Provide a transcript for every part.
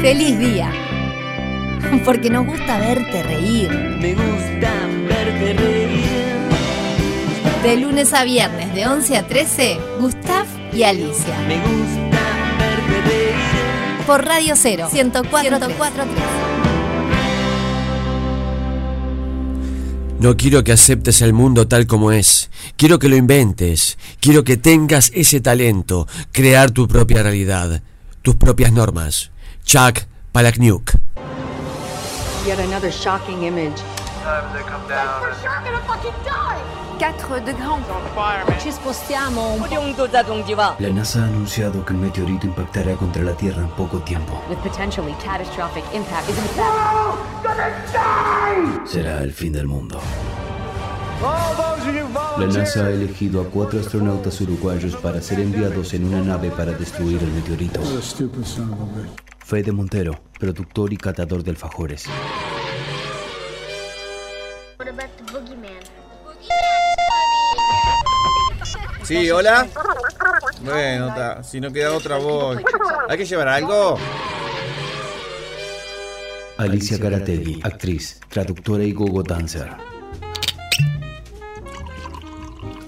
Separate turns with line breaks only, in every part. Feliz día. Porque nos gusta verte reír.
Me gusta verte reír.
De lunes a viernes, de 11 a 13, Gustav y Alicia.
Me gusta verte reír.
Por Radio Cero, 104, 104.3.
No quiero que aceptes el mundo tal como es. Quiero que lo inventes. Quiero que tengas ese talento. Crear tu propia realidad. Tus propias normas. Chuck Palahniuk.
Yet another shocking image.
4 de grand.
Ci spostiamo un
La NASA ha anunciado que un meteorito impactará contra la Tierra en poco tiempo.
with potentially catastrophic impact.
Será el fin del mundo. La NASA ha elegido a cuatro astronautas uruguayos para ser enviados en una nave para destruir el meteorito. Fede Montero, productor y catador de alfajores.
What about the boogeyman?
Sí, hola. Bueno, ta, si no queda otra voz. ¿Hay que llevar algo?
Alicia Karategui, actriz, traductora y gogo dancer.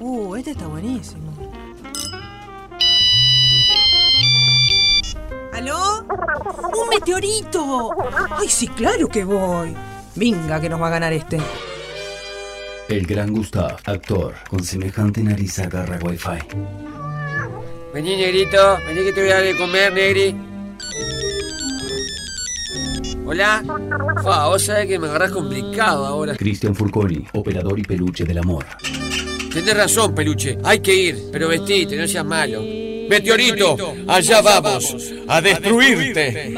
Uh, este está buenísimo. ¿Aló? ¡Un meteorito! ¡Ay, sí, claro que voy! Venga, que nos va a ganar este.
El gran Gustav, actor, con semejante nariz agarra wifi.
Vení, negrito. Vení que te voy a dar de comer, negri. Hola. Fa, vos sabés que me agarrás complicado ahora.
Cristian Furconi, operador y peluche del amor.
Tenés razón, peluche. Hay que ir, pero vestite, no seas malo. Meteorito, allá vamos a destruirte.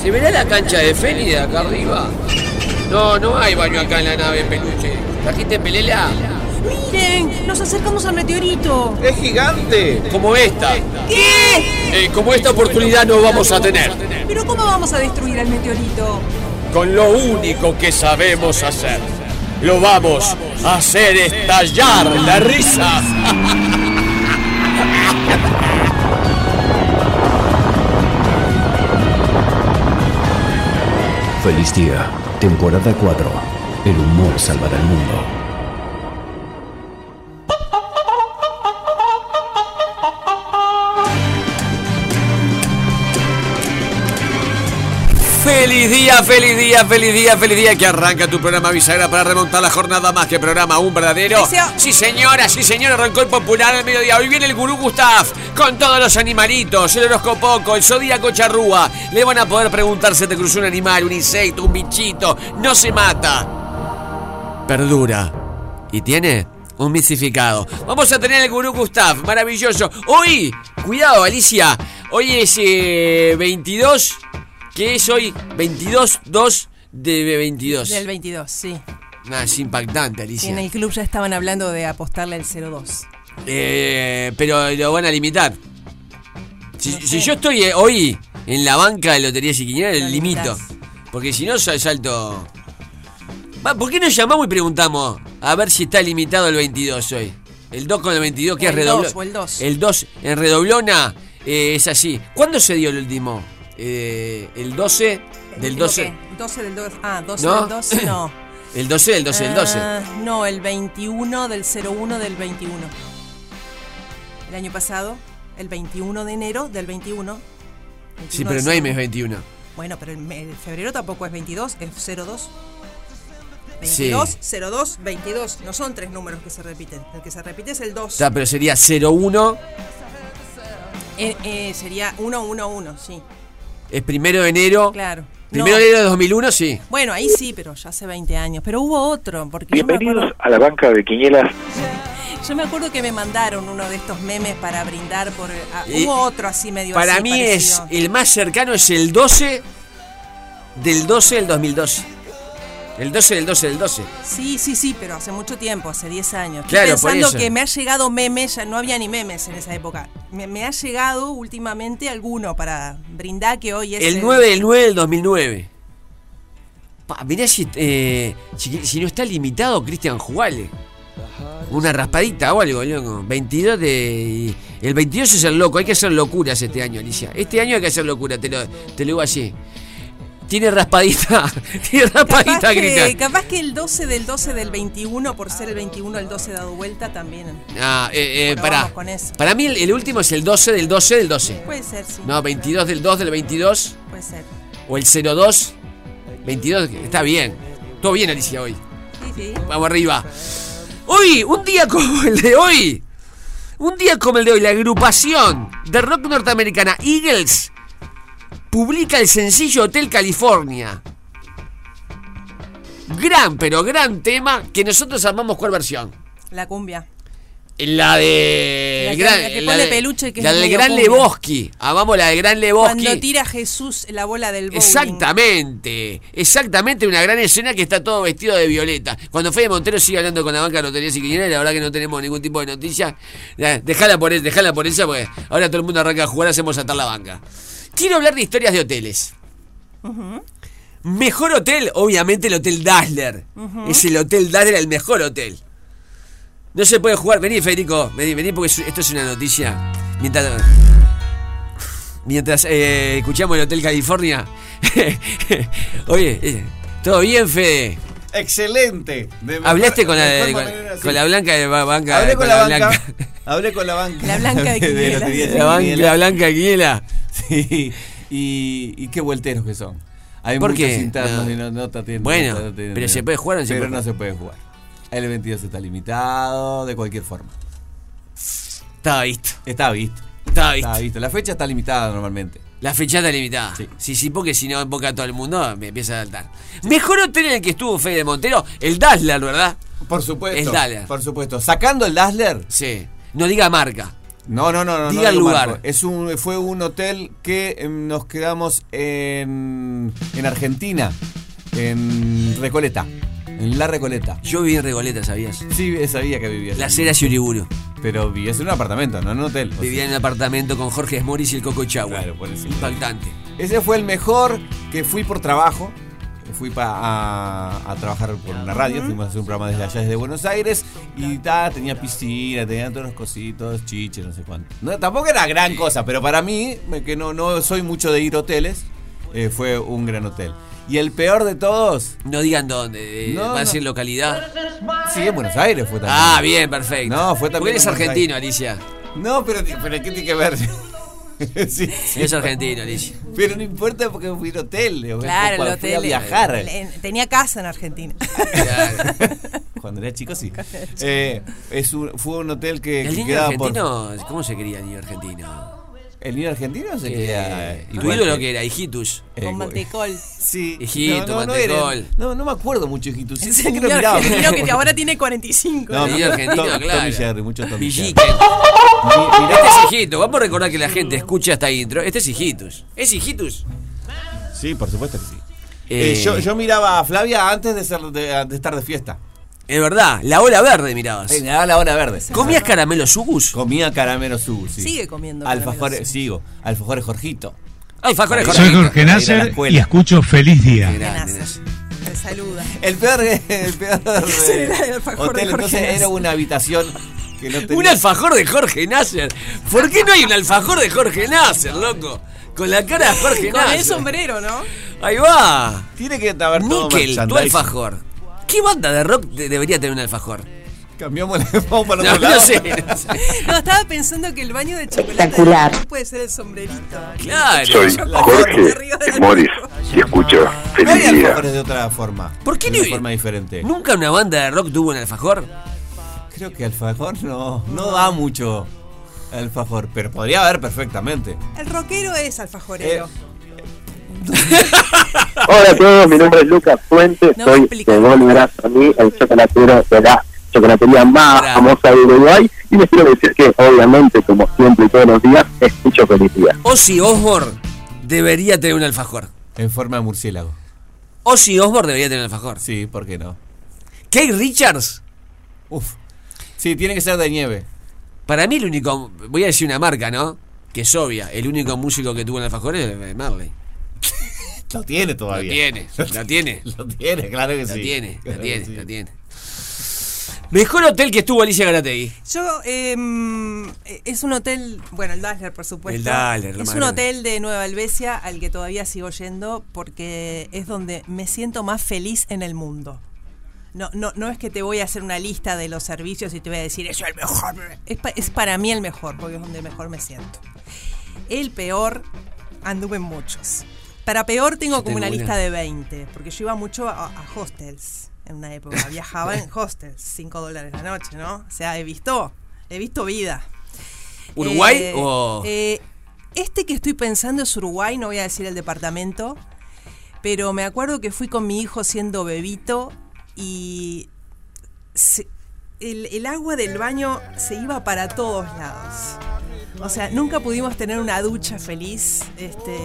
¿Se verá la cancha de Feli de acá arriba? No, no hay baño acá en la nave, peluche. ¿Trajiste pelela?
¡Miren! ¡Nos acercamos al meteorito!
¡Es gigante!
Como esta.
¿Qué?
Eh, como esta oportunidad no vamos a tener.
¿Pero cómo vamos a destruir al meteorito?
Con lo único que sabemos hacer. Lo vamos a hacer estallar la risa.
Feliz día, temporada 4. El humor salvará el mundo.
Feliz día, feliz día, feliz día, feliz día que arranca tu programa bisagra para remontar la jornada más que programa un verdadero.
Liceo.
Sí señora, sí señora, arrancó el popular al mediodía. Hoy viene el gurú Gustav con todos los animalitos, el horóscopo, el zodíaco charrúa. Le van a poder preguntar si te cruzó un animal, un insecto, un bichito. No se mata. perdura y tiene un misificado. Vamos a tener el gurú Gustav, maravilloso. Hoy, cuidado Alicia, hoy es eh, 22, que es hoy 22, 2 de 22.
Del 22, sí.
Nah, es impactante Alicia.
En el club ya estaban hablando de apostarle al 02.
Eh, pero lo van a limitar. Si, si yo estoy eh, hoy en la banca de Loterías y Quinielas,
Lo
limito.
limitas.
Porque si no, sal- salto... Va, ¿Por qué no llamamos y preguntamos a ver si está limitado el 22 hoy? El 2 con el 22, que
O
es
el
redoblón.
dos, o el dos.
El 2 en redoblona eh, es así. ¿Cuándo se dio el último? Eh, el 12 del
¿Digo
12.
qué? 12 del 12. Ah, 12
¿No?
del 12, no.
El 12 del 12 del 12.
Ah, no, el 21 del 01 del 21. El año pasado, el 21 de enero del 21.
Sí,
21
pero
del
no hay
01.
mes 21.
Bueno, pero el, me- el febrero tampoco es 22, es 02. 22, 02, 22. No son tres números que se repiten. El que se repite es el 2.
Está, pero sería 01,
Eh, eh, sería 111, sí.
es primero de enero.
Claro.
Primero
No.
de enero de 2001, sí.
Bueno, ahí sí, pero ya hace 20 años. Pero hubo otro, porque yo me acuerdo-
Bienvenidos a la banca de Quiñelas.
Yo me acuerdo que me mandaron uno de estos memes para brindar por. ah,
Eh,
hubo otro así medio
Para
así,
mí es
parecido.
el más cercano es el 12 del 12 del 2012. El 12 del 12 del 12.
Sí, sí, sí, pero hace mucho tiempo, hace 10 años. Estoy
Claro, por
pensando
eso.
que me ha llegado memes, ya no había ni memes en esa época. Me, me ha llegado últimamente alguno para brindar que hoy es.
El 9 del 9 del 2009. Pa, mirá si, eh, si, si no está limitado Cristian Jugale. una raspadita o algo, loco. 22 de. El 22 es el loco, hay que hacer locuras este año, Alicia. Este año hay que hacer locura, te lo, te lo digo así. Tiene raspadita, tiene raspadita,
Capaz
Cristian.
que, capaz que el 12 del 12 del 21, por ser el 21 el 12 dado vuelta, también.
Ah, eh, eh,
Bueno,
pará.
vamos con eso.
Para mí el, el último es el 12 del 12 del 12.
Puede ser, sí.
No, 22 del 2 del 22
Puede ser.
o el 02. 22, está bien. Todo bien, Alicia, hoy.
Sí, sí.
Vamos arriba. Hoy, un día como el de hoy. Un día como el de hoy, la agrupación de rock norteamericana Eagles publica el sencillo Hotel California. Gran, pero gran tema que nosotros armamos cuál versión.
La cumbia.
La de.
La
el
que-
gran-
la que
la
pone
de-
peluche, que
la
es
del
medio
gran
cumbia.
Lebowski. Amamos la del gran Lebowski.
Cuando tira Jesús la bola del bowling.
Exactamente, exactamente una gran escena que está todo vestido de violeta. Cuando Fede Montero sigue hablando con la banca de loterías y quinielas, la verdad que no tenemos ningún tipo de noticia. Ya, Dejala por, es- dejala por esa, porque ahora todo el mundo arranca a jugar, hacemos atar la banca. Quiero hablar de historias de hoteles. Mejor hotel, obviamente el Hotel Dazzler. Es el Hotel Dazzler el mejor hotel. No se puede jugar. Vení, Federico, vení, vení, porque es- esto es una noticia. Mientras... Mientras eh, escuchamos el Hotel California. Oye, eh, ¿todo bien, Fede?
Excelente. De
¿Hablaste
mejor-
con la,
mejor
con,
manera, sí.
con la blanca de ba- banca? eh,
Hablé con, la, banca.
blanca-
Hablé con la banca.
La blanca de Quinielas.
lotería de
la, ban- la
Quinielas.
blanca Aguilera.
Sí, y, y qué vuelteros que son. Hay
¿Por
muchos
qué?
internos
No.
y no, no te atienden.
Bueno,
no te atienden.
pero ¿se puede jugar o no se
Pero
puede
no se puede jugar. El 22 está limitado, de cualquier forma.
Estaba visto.
Está visto.
Estaba visto.
Está visto. La fecha está limitada normalmente.
La fechada limitada. Sí.
Sí.
sí, porque si no invoca a todo el mundo, me empieza a saltar. Mejor hotel en el que estuvo Fede Montero, el Dazzler, ¿verdad?
Por supuesto.
El Dazzler.
Por supuesto. Sacando el Dazzler.
Sí. No diga marca.
No, no, no, no.
Diga
no
el
digo
lugar.
marco. Es un, fue un hotel que em, nos quedamos en, en Argentina, en Recoleta, en La Recoleta.
Yo viví en Recoleta, ¿sabías?
Sí, sabía que vivías.
Las
ahí.
eras y Uriburu.
Pero vivías en un apartamento, no en un hotel. O
Vivía en un apartamento con Jorge Moris y el Coco Chagua.
Claro, por eso.
Impactante.
sea, Ese fue el mejor que fui por trabajo. Fui pa- a, a trabajar por una radio, fuimos a hacer un programa desde allá, desde Buenos Aires, y ta, tenía piscina, tenía todos los cositos, chiches, no sé cuánto. No, tampoco era gran cosa, pero para mí, me- que no, no soy mucho de ir a hoteles, eh, fue un gran hotel. Y el peor de todos,
No digan dónde, eh,
No,
va a
no.
decir localidad.
sí, en Buenos Aires fue también.
Ah, bien, perfecto.
No, fue
Porque
también
eres
en Buenos
argentino, Alicia.
No, pero, pero ¿qué tiene que ver? Sí, sí.
Eres argentino, Alicia.
Pero no importa porque fui a hotel. o-
Claro, el
fui a
hotel.
viajar.
el- en- tenía casa en Argentina.
Claro.
Cuando era chico, sí. Eh, es un- fue un hotel que,
El
que
niño
quedaba por.
argentino, ¿cómo se quería el niño argentino?
¿El niño argentino se queda
Eh,
igual
tu ídolo que era, hijitus.
eh,
con
igual-
mantecol.
Sí.
Hijito,
era-
mantecol.
no, no me acuerdo mucho, hijito. Sí,
Es
sé
el
que lo
niño
miraba.
argentino que ahora tiene 45.
No,
El niño
to-
argentino,
Tom-
claro.
Tommy Jerry, mucho Tommy Jerry.
Villiquen.
Mi- mirá-
Este es hijito. Vamos a recordar que la gente escucha esta intro. Este es hijitus. ¿Es hijitus?
Sí, por supuesto que sí.
Eh,
Eh, yo, yo miraba a Flavia antes de, ser, de, de estar de fiesta.
Es verdad, la ola verde mirabas.
Eh, me daba la hora verde.
¿Comías caramelo sugus?
Comía caramelo su, sí.
Sigue comiendo caramelo
Alfajores,
su.
sigo. Alfajores Jorgito.
Alfajores con
Soy
Jorge.
Nasser y
escucho feliz día.
Tenazas. Te saluda.
El peor, el peor
Ese era el
eh,
alfajor de
hotel
Jorge
entonces
Nasser.
era una habitación que no tenía.
Un alfajor de Jorge Nasser. ¿Por qué no hay un alfajor de Jorge Nasser, loco? Con la cara de Jorge
Con el
Nasser.
sombrero, ¿no?
Ahí va.
Tiene que haber todo
Níquel, tu
merchandising.
alfajor. ¿Qué banda de rock de- debería tener un alfajor?
Cambiamos la vamos para
No,
otro
no
lado.
sé, no sé.
No, estaba pensando que el baño de chocolate Espectacular. puede ser el sombrerito.
Claro.
Jorge Moris.
No hay alfajores de otra forma.
¿Por qué
de
no-
una forma diferente?
¿Nunca una banda de rock tuvo un alfajor?
Creo que alfajor no, no da mucho alfajor, pero podría haber perfectamente.
El rockero es alfajorero.
Eh,
Hola a todos, mi nombre es Lucas Fuentes,
No me
soy
explica.
de Volveras a mí, el chocolatero de la chocolatería más
Bravo.
famosa de Uruguay. Y les quiero decir que, obviamente, como siempre y todos los días, escucho feliz día.
Ozzy Osbourne debería tener un alfajor.
En forma de murciélago.
Ozzy Osbourne debería tener un alfajor.
Sí, ¿por qué no?
Kate Richards.
Uf. Sí, tiene que ser de nieve.
Para mí el único... Voy a decir una marca, ¿no? Que es obvia. El único músico que tuvo un alfajor es Marley.
Lo tiene
Lo
todavía.
tiene, lo tiene.
Lo tiene, claro que
La
sí.
tiene, la
Claro que
tiene,
sí.
la tiene. Mejor hotel que estuvo Alicia Garategui.
Yo, eh, es un hotel, bueno, el Dazzler, por supuesto.
El Dazzler, lo
Es
más
un
grande.
hotel de Nueva Helvecia al que todavía sigo yendo porque es donde me siento más feliz en el mundo. No, no, no es que te voy a hacer una lista de los servicios y te voy a decir, eso es el mejor. Es, pa- es para mí el mejor, porque es donde mejor me siento. El peor, anduve en muchos. Para peor tengo
Yo
como
tengo
una
una.
lista de 20, porque yo iba mucho a, a hostels en una época. Viajaba en hostels, 5 dólares la noche, ¿no? O sea, he visto, he visto vida.
¿Uruguay
Eh,
o.?
eh, este que estoy pensando es Uruguay, no voy a decir el departamento, pero me acuerdo que fui con mi hijo siendo bebito y se- el, el agua del baño se iba para todos lados. O sea, nunca pudimos tener una ducha feliz. Este,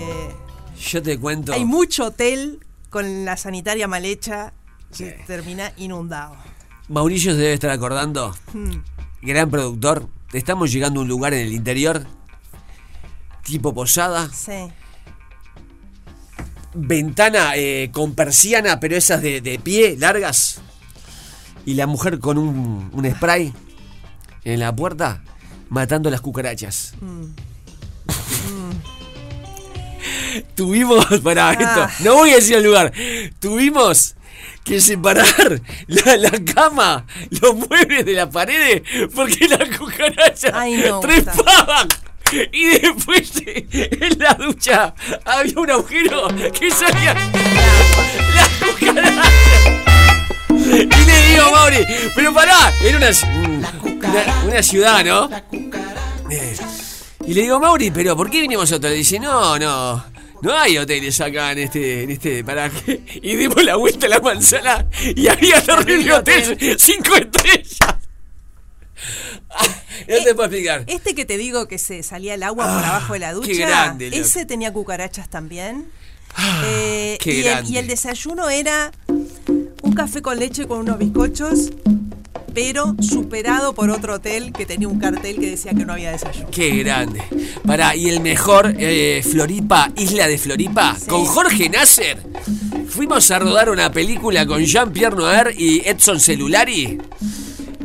Yo te cuento.
hay mucho hotel con la sanitaria mal hecha que termina inundado.
Mauricio se debe estar acordando.
Hmm.
Gran productor. Estamos llegando a un lugar en el interior. Tipo posada.
Sí.
Ventana eh, con persiana, pero esas de, de pie, largas. Y la mujer con un, un spray en la puerta, matando las cucarachas.
Mm.
Tuvimos, para
Ah.
esto, no voy a decir el lugar. Tuvimos que separar la, la cama, los muebles de las paredes, porque las cucarachas
Ay, no, Gustavo.
trepaban. Y después eh, en la ducha había un agujero que salía las cucarachas. Y le digo, Mauri, pero pará, era una, una, una ciudad, ¿no? Eh, Y le digo, Mauri, pero ¿por qué vinimos a otro? Le dice, no, no. No hay hoteles acá en este, en este paraje. Y dimos la vuelta a la manzana y había terrible hotel, cinco estrellas. Ah, No te puedo explicar.
Este que te digo que se salía el agua por abajo de la ducha,
Ah, qué grande, loco. Ah,
ese tenía cucarachas también. Eh,
qué
y, el,
grande.
y el desayuno era un café con leche con unos bizcochos, pero superado por otro hotel que tenía un cartel que decía que no había desayuno.
Qué grande. Pará, y el mejor, eh, Floripa, Isla de Floripa,
Sí.
con Jorge Nasser. Fuimos a rodar una película con Jean-Pierre Noer y Edson Celulari.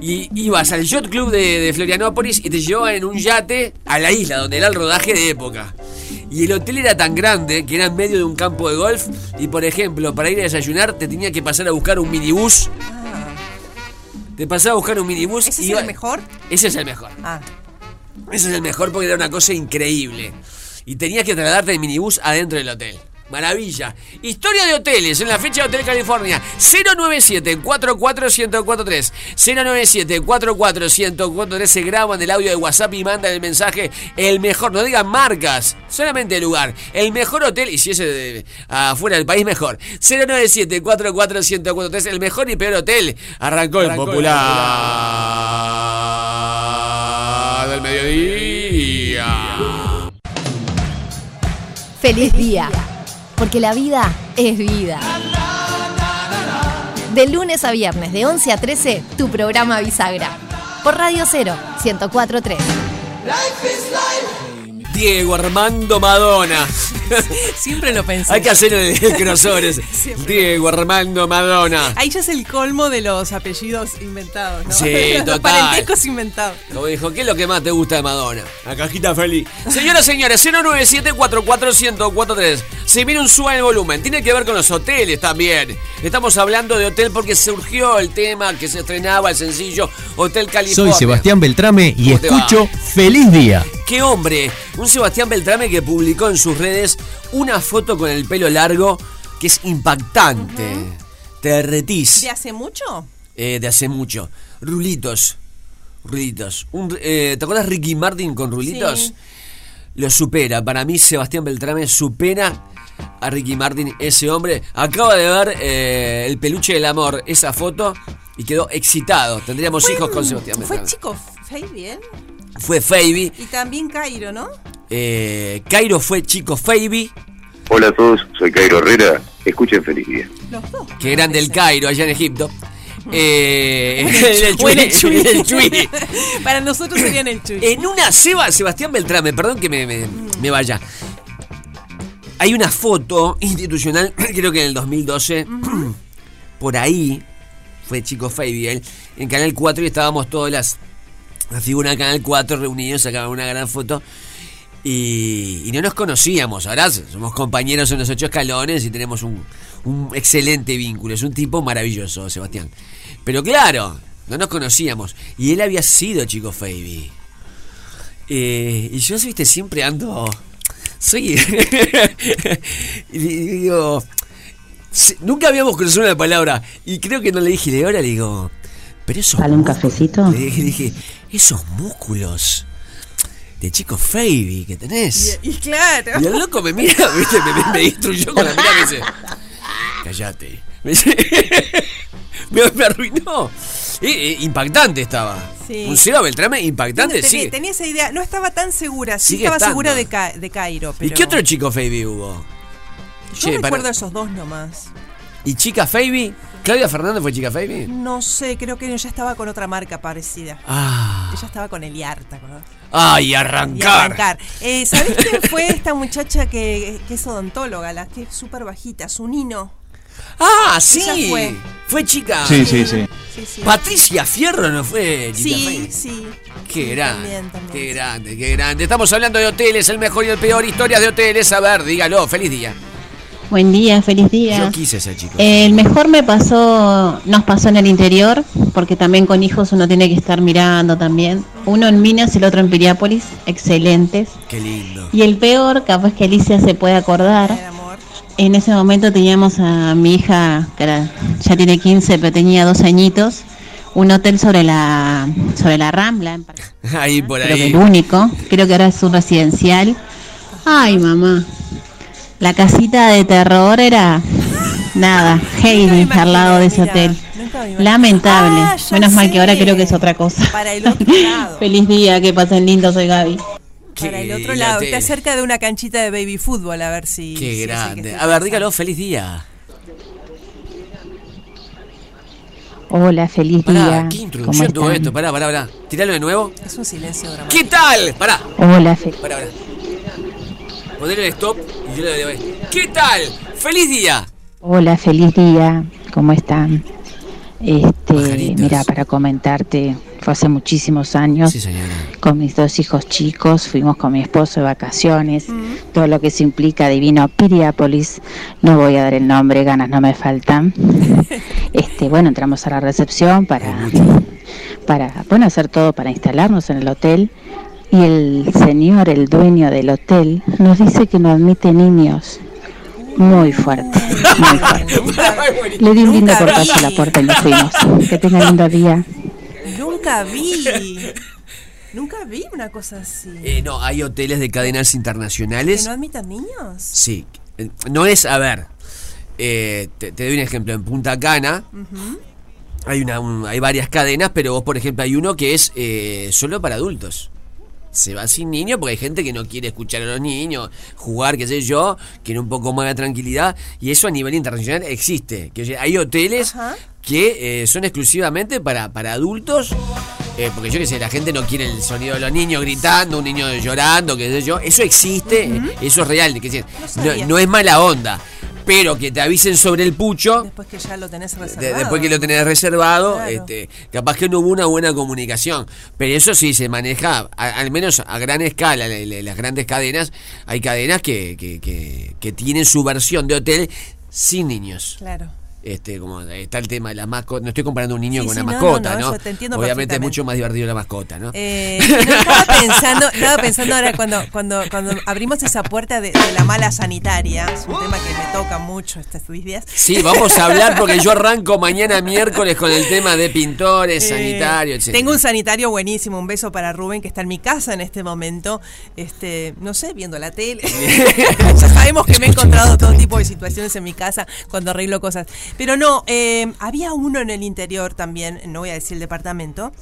Y ibas al Yacht Club de, de Florianópolis y te llevaban en un yate a la isla donde era el rodaje de época. Y el hotel era tan grande que era en medio de un campo de golf. Y por ejemplo, para ir a desayunar te tenía que pasar a buscar un minibús. Te pasaba a buscar un minibús.
Ah. ¿Ese
y
es
iba-
el mejor?
Ese es el mejor.
Ah,
Ese es el mejor porque era una cosa increíble. Y tenías que trasladarte de minibús adentro del hotel. Maravilla. Historia de hoteles en la fecha de Hotel California. 097 44 1043 097 44 1043 Se graban el audio de WhatsApp y mandan el mensaje. El mejor, no digan marcas, solamente el lugar. El mejor hotel, y si es eh, afuera del país, mejor. 097 44 1043 El mejor y peor hotel. Arrancó, el popular del mediodía.
Feliz día. Porque la vida es vida. De lunes a viernes, de 11 a 13, tu programa Bisagra. Por Radio 0, 1043.
Diego Armando Madonna.
siempre lo pensé.
Hay que hacer el, el crossover ese. Diego Armando Madonna.
Ahí ya es el colmo de los apellidos inventados, ¿no?
Sí,
los
total.
parentescos inventados.
Como dijo, ¿qué es lo que más te gusta de Madonna? La cajita feliz. Señoras, señores, 097 1043 Se viene un suave volumen. Tiene que ver con los hoteles también. Estamos hablando de hotel porque surgió el tema que se estrenaba el sencillo Hotel California.
Soy Sebastián Beltrame y
¿Cómo te va?
escucho Feliz Día.
¡Qué hombre! Un Sebastián Beltrame que publicó en sus redes una foto con el pelo largo que es impactante. Te retís.
¿De hace mucho?
Eh, de hace mucho. Rulitos. Rulitos. Un, eh, ¿Te acuerdas Ricky Martin con Rulitos?
Sí.
Lo supera. Para mí, Sebastián Beltrame supera a Ricky Martin, ese hombre. Acaba de ver eh, el peluche del amor, esa foto, y quedó excitado. Tendríamos hijos con Sebastián
Fue
Beltrame.
chico, fue bien.
Fue Fabi.
Y también Cairo, ¿no?
Eh, Cairo fue chico Fabi.
Hola a todos, soy Cairo Herrera. Escuchen feliz día.
Los dos.
que eran del Cairo, allá en Egipto. Eh, en el
O en el
Chuy,
Chuy.
en el Chuy.
Para nosotros sería en el Chuy.
En una Seba, Sebastián Beltrame, perdón que me, me- me vaya. Hay una foto institucional, creo que en el 2012, por ahí, fue Chico Fabiel, en Canal 4 y estábamos todas las, la figura de Canal 4 reunidos, sacaban una gran foto. Y, y no nos conocíamos, ahora somos compañeros en los ocho escalones y tenemos un, un excelente vínculo. Es un tipo maravilloso, Sebastián. Pero claro, no nos conocíamos. Y él había sido Chico Fabi. Eh, y yo, viste, siempre ando. Soy. y digo. "Sí, Nunca habíamos cruzado una palabra. Y creo que no le dije, y ahora le digo. Pero esos.
¿Vale un
músculos",
cafecito?
Le dije, dije, esos músculos. De chico Fabi que tenés.
Y claro.
Y el loco me mira, viste, me, me- me instruyó con la mirada y me dice, callate. Me, dice, me- me arruinó. Eh, eh, impactante estaba.
Sí.
Un cero Beltrame impactante,
Tenía-
sí.
Tenía esa idea, no estaba tan segura, sí
Sigue
estaba
estando.
segura de, Ca- de Cairo, pero
¿Y qué otro chico Fabi hubo?
yo
Che,
recuerdo
pará.
esos dos nomás.
¿Y chica Fabi? ¿Claudia Fernández fue chica Fabi?
No sé, creo que ya estaba con otra marca parecida.
Ah.
Ella estaba con Eliarta, ¿no?
¡Ay,
Y
arrancar!
arrancar. Eh, ¿Sabés quién fue esta muchacha que, que es odontóloga, la que es súper bajita, Sunino?
¡Ah,
Ella
sí!
fue.
Fue. chica.
Sí, sí, sí.
Sí, sí.
Patricia Fierro no fue chica
Sí,
Fabi?
sí.
Qué
Sí,
grande,
también, también.
qué grande, qué grande. Estamos hablando de hoteles, el mejor y el peor, historias de hoteles. A ver, dígalo, feliz día.
Buen día, feliz día.
Yo quise ser chico.
El mejor me pasó, nos pasó en el interior, porque también con hijos uno tiene que estar mirando también. Uno en Minas y el otro en Piriápolis, excelentes.
Qué lindo.
Y el peor, capaz que Alicia se puede acordar. En ese momento teníamos a mi hija, que era- ya tiene 15, pero tenía dos añitos, un hotel sobre la, sobre la Rambla, en Parque-
Ahí por
creo que
ahí.
el único, creo que ahora es un residencial. Ay, mamá. La casita de terror era nada, Heidi al lado de ese hotel. Lamentable.
Ah, ya
Menos mal
sé.
que ahora creo que es otra cosa.
Para el otro lado.
Feliz día, que pasen lindo, soy Gaby.
Para el otro
el
lado.
hotel.
Está cerca de una canchita de baby fútbol, a ver si.
Qué
si es el que
grande.
estoy
A ver, dígalo, feliz día.
Hola, feliz
Pará,
día.
Ah, ¿qué
¿Cómo
introducción tuvo
están?
esto? Pará, pará, pará. Tiralo de nuevo.
Es un silencio dramático.
¿Qué tal? Pará.
Hola, feliz.
Pará, pará. Poner el stop y yo lo debo ahí. este. ¿Qué tal? ¡Feliz día!
Hola, feliz día. ¿Cómo están? Este, mira, para comentarte, fue hace muchísimos años. Con mis dos hijos chicos, fuimos con mi esposo de vacaciones. Todo lo que eso implica, divino Piriápolis. No voy a dar el nombre, ganas no me faltan. Este, bueno, entramos a la recepción para, para bueno, hacer todo para instalarnos en el hotel. Y el señor, el dueño del hotel, nos dice que no admite niños. Muy fuerte, muy fuerte. Le di un lindo
Nunca
portazo a
vi.
la puerta y nos fuimos. Que tengan lindo día.
Nunca vi. Nunca vi una cosa así.
Eh, no, hay hoteles de cadenas
¿Que
internacionales.
no admitan niños?
Sí. Eh, No es, a ver. eh, te, te doy un ejemplo. En Punta Cana
Ujú.
hay, una, un- hay varias cadenas, pero vos, por ejemplo, hay uno que es eh, solo para adultos. Se va sin niños porque hay gente que no quiere escuchar a los niños, jugar, qué sé yo, quiere un poco más de tranquilidad. Y eso a nivel internacional existe. Que hay hoteles que eh, son exclusivamente para, para adultos. eh, porque yo qué sé, la gente no quiere el sonido de los niños gritando, un niño llorando, qué sé yo. Eso existe, eh, eso es real. qué sé-
sabía.
no, no es mala onda. Pero que te avisen sobre el pucho.
Después Pues que ya lo tenés
De-
reservado.
después que lo tenés reservado,
Claro.
este, capaz que no hubo una buena comunicación. Pero eso sí, se maneja, a- al menos a gran escala, la- la- las grandes cadenas, hay cadenas que, que- que- que tienen su versión de hotel sin niños.
Claro.
Este, como está el tema de las mascotas. No estoy comparando un niño
Sí,
con
sí,
una
no,
mascota,
no,
¿no?
no, eso te entiendo
Obviamente es
perfectamente.
mucho más divertido la mascota, ¿no?
Eh, no, estaba pensando, estaba pensando ahora cuando, cuando, cuando abrimos esa puerta de, de la mala sanitaria, es un tema que me toca mucho estos días.
Sí, vamos a hablar porque yo arranco mañana miércoles con el tema de pintores, sanitarios, etc.
Eh, Tengo un sanitario buenísimo, un beso para Rubén que está en mi casa en este momento, este, no sé, viendo la tele. ya sabemos que me he encontrado todo tipo de situaciones en mi casa cuando arreglo cosas. Pero no, eh, había uno en el interior también, no voy a decir el departamento,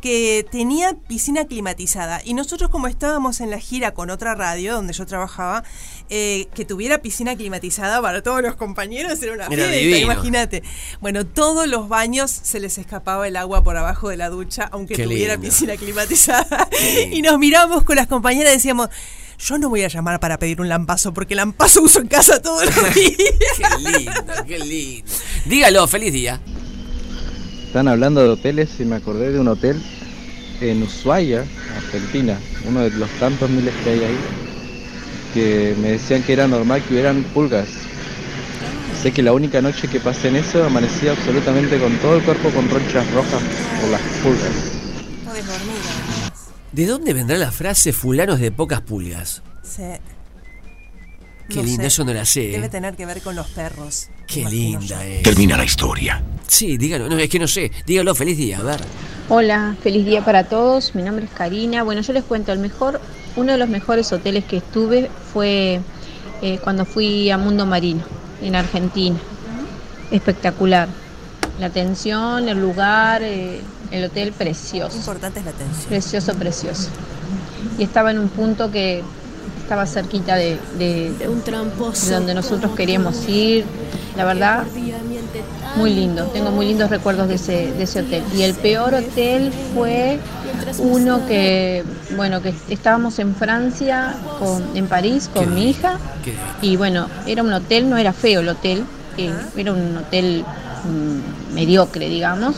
que tenía piscina climatizada. Y nosotros como estábamos en la gira con otra radio donde yo trabajaba, eh, que tuviera piscina climatizada para todos los compañeros era una
Era
fiesta,
divino.
imagínate. Bueno, todos los baños se les escapaba el agua por abajo de la ducha, aunque
Qué
tuviera
lindo.
piscina climatizada. Y nos miramos con las compañeras y decíamos... Yo no voy a llamar para pedir un lampazo, porque lampazo uso en casa todos los días.
Qué lindo, qué lindo. Dígalo, feliz día.
Están hablando de hoteles y me acordé de un hotel en Ushuaia, Argentina, uno de los tantos miles que hay ahí, que me decían que era normal que hubieran pulgas. Sé que la única noche que pasé en eso amanecí absolutamente con todo el cuerpo con ronchas rojas por las pulgas.
¿eh?
¿De dónde vendrá la frase fulanos de pocas pulgas?
Se-
Qué linda, eso no la sé,
Debe
eh.
tener que ver con los perros.
Qué linda es.
Termina la historia.
Sí, dígalo. No, es que no sé. Dígalo, feliz día. A ver.
Hola, feliz día para todos. Mi nombre es Karina. Bueno, yo les cuento, el mejor, uno de los mejores hoteles que estuve fue eh, cuando fui a Mundo Marino, en Argentina. Espectacular. La atención, el lugar, eh, el hotel precioso.
Importante es la atención.
Precioso, precioso. Y estaba en un punto que estaba cerquita de, de- de donde nosotros queríamos ir. La verdad, muy lindo. Tengo muy lindos recuerdos de ese, de ese hotel. Y el peor hotel fue uno que, bueno, que estábamos en Francia, con- en París, con mi hija. Y bueno, era un hotel, no era feo el hotel, eh, era un hotel mm, mediocre, digamos.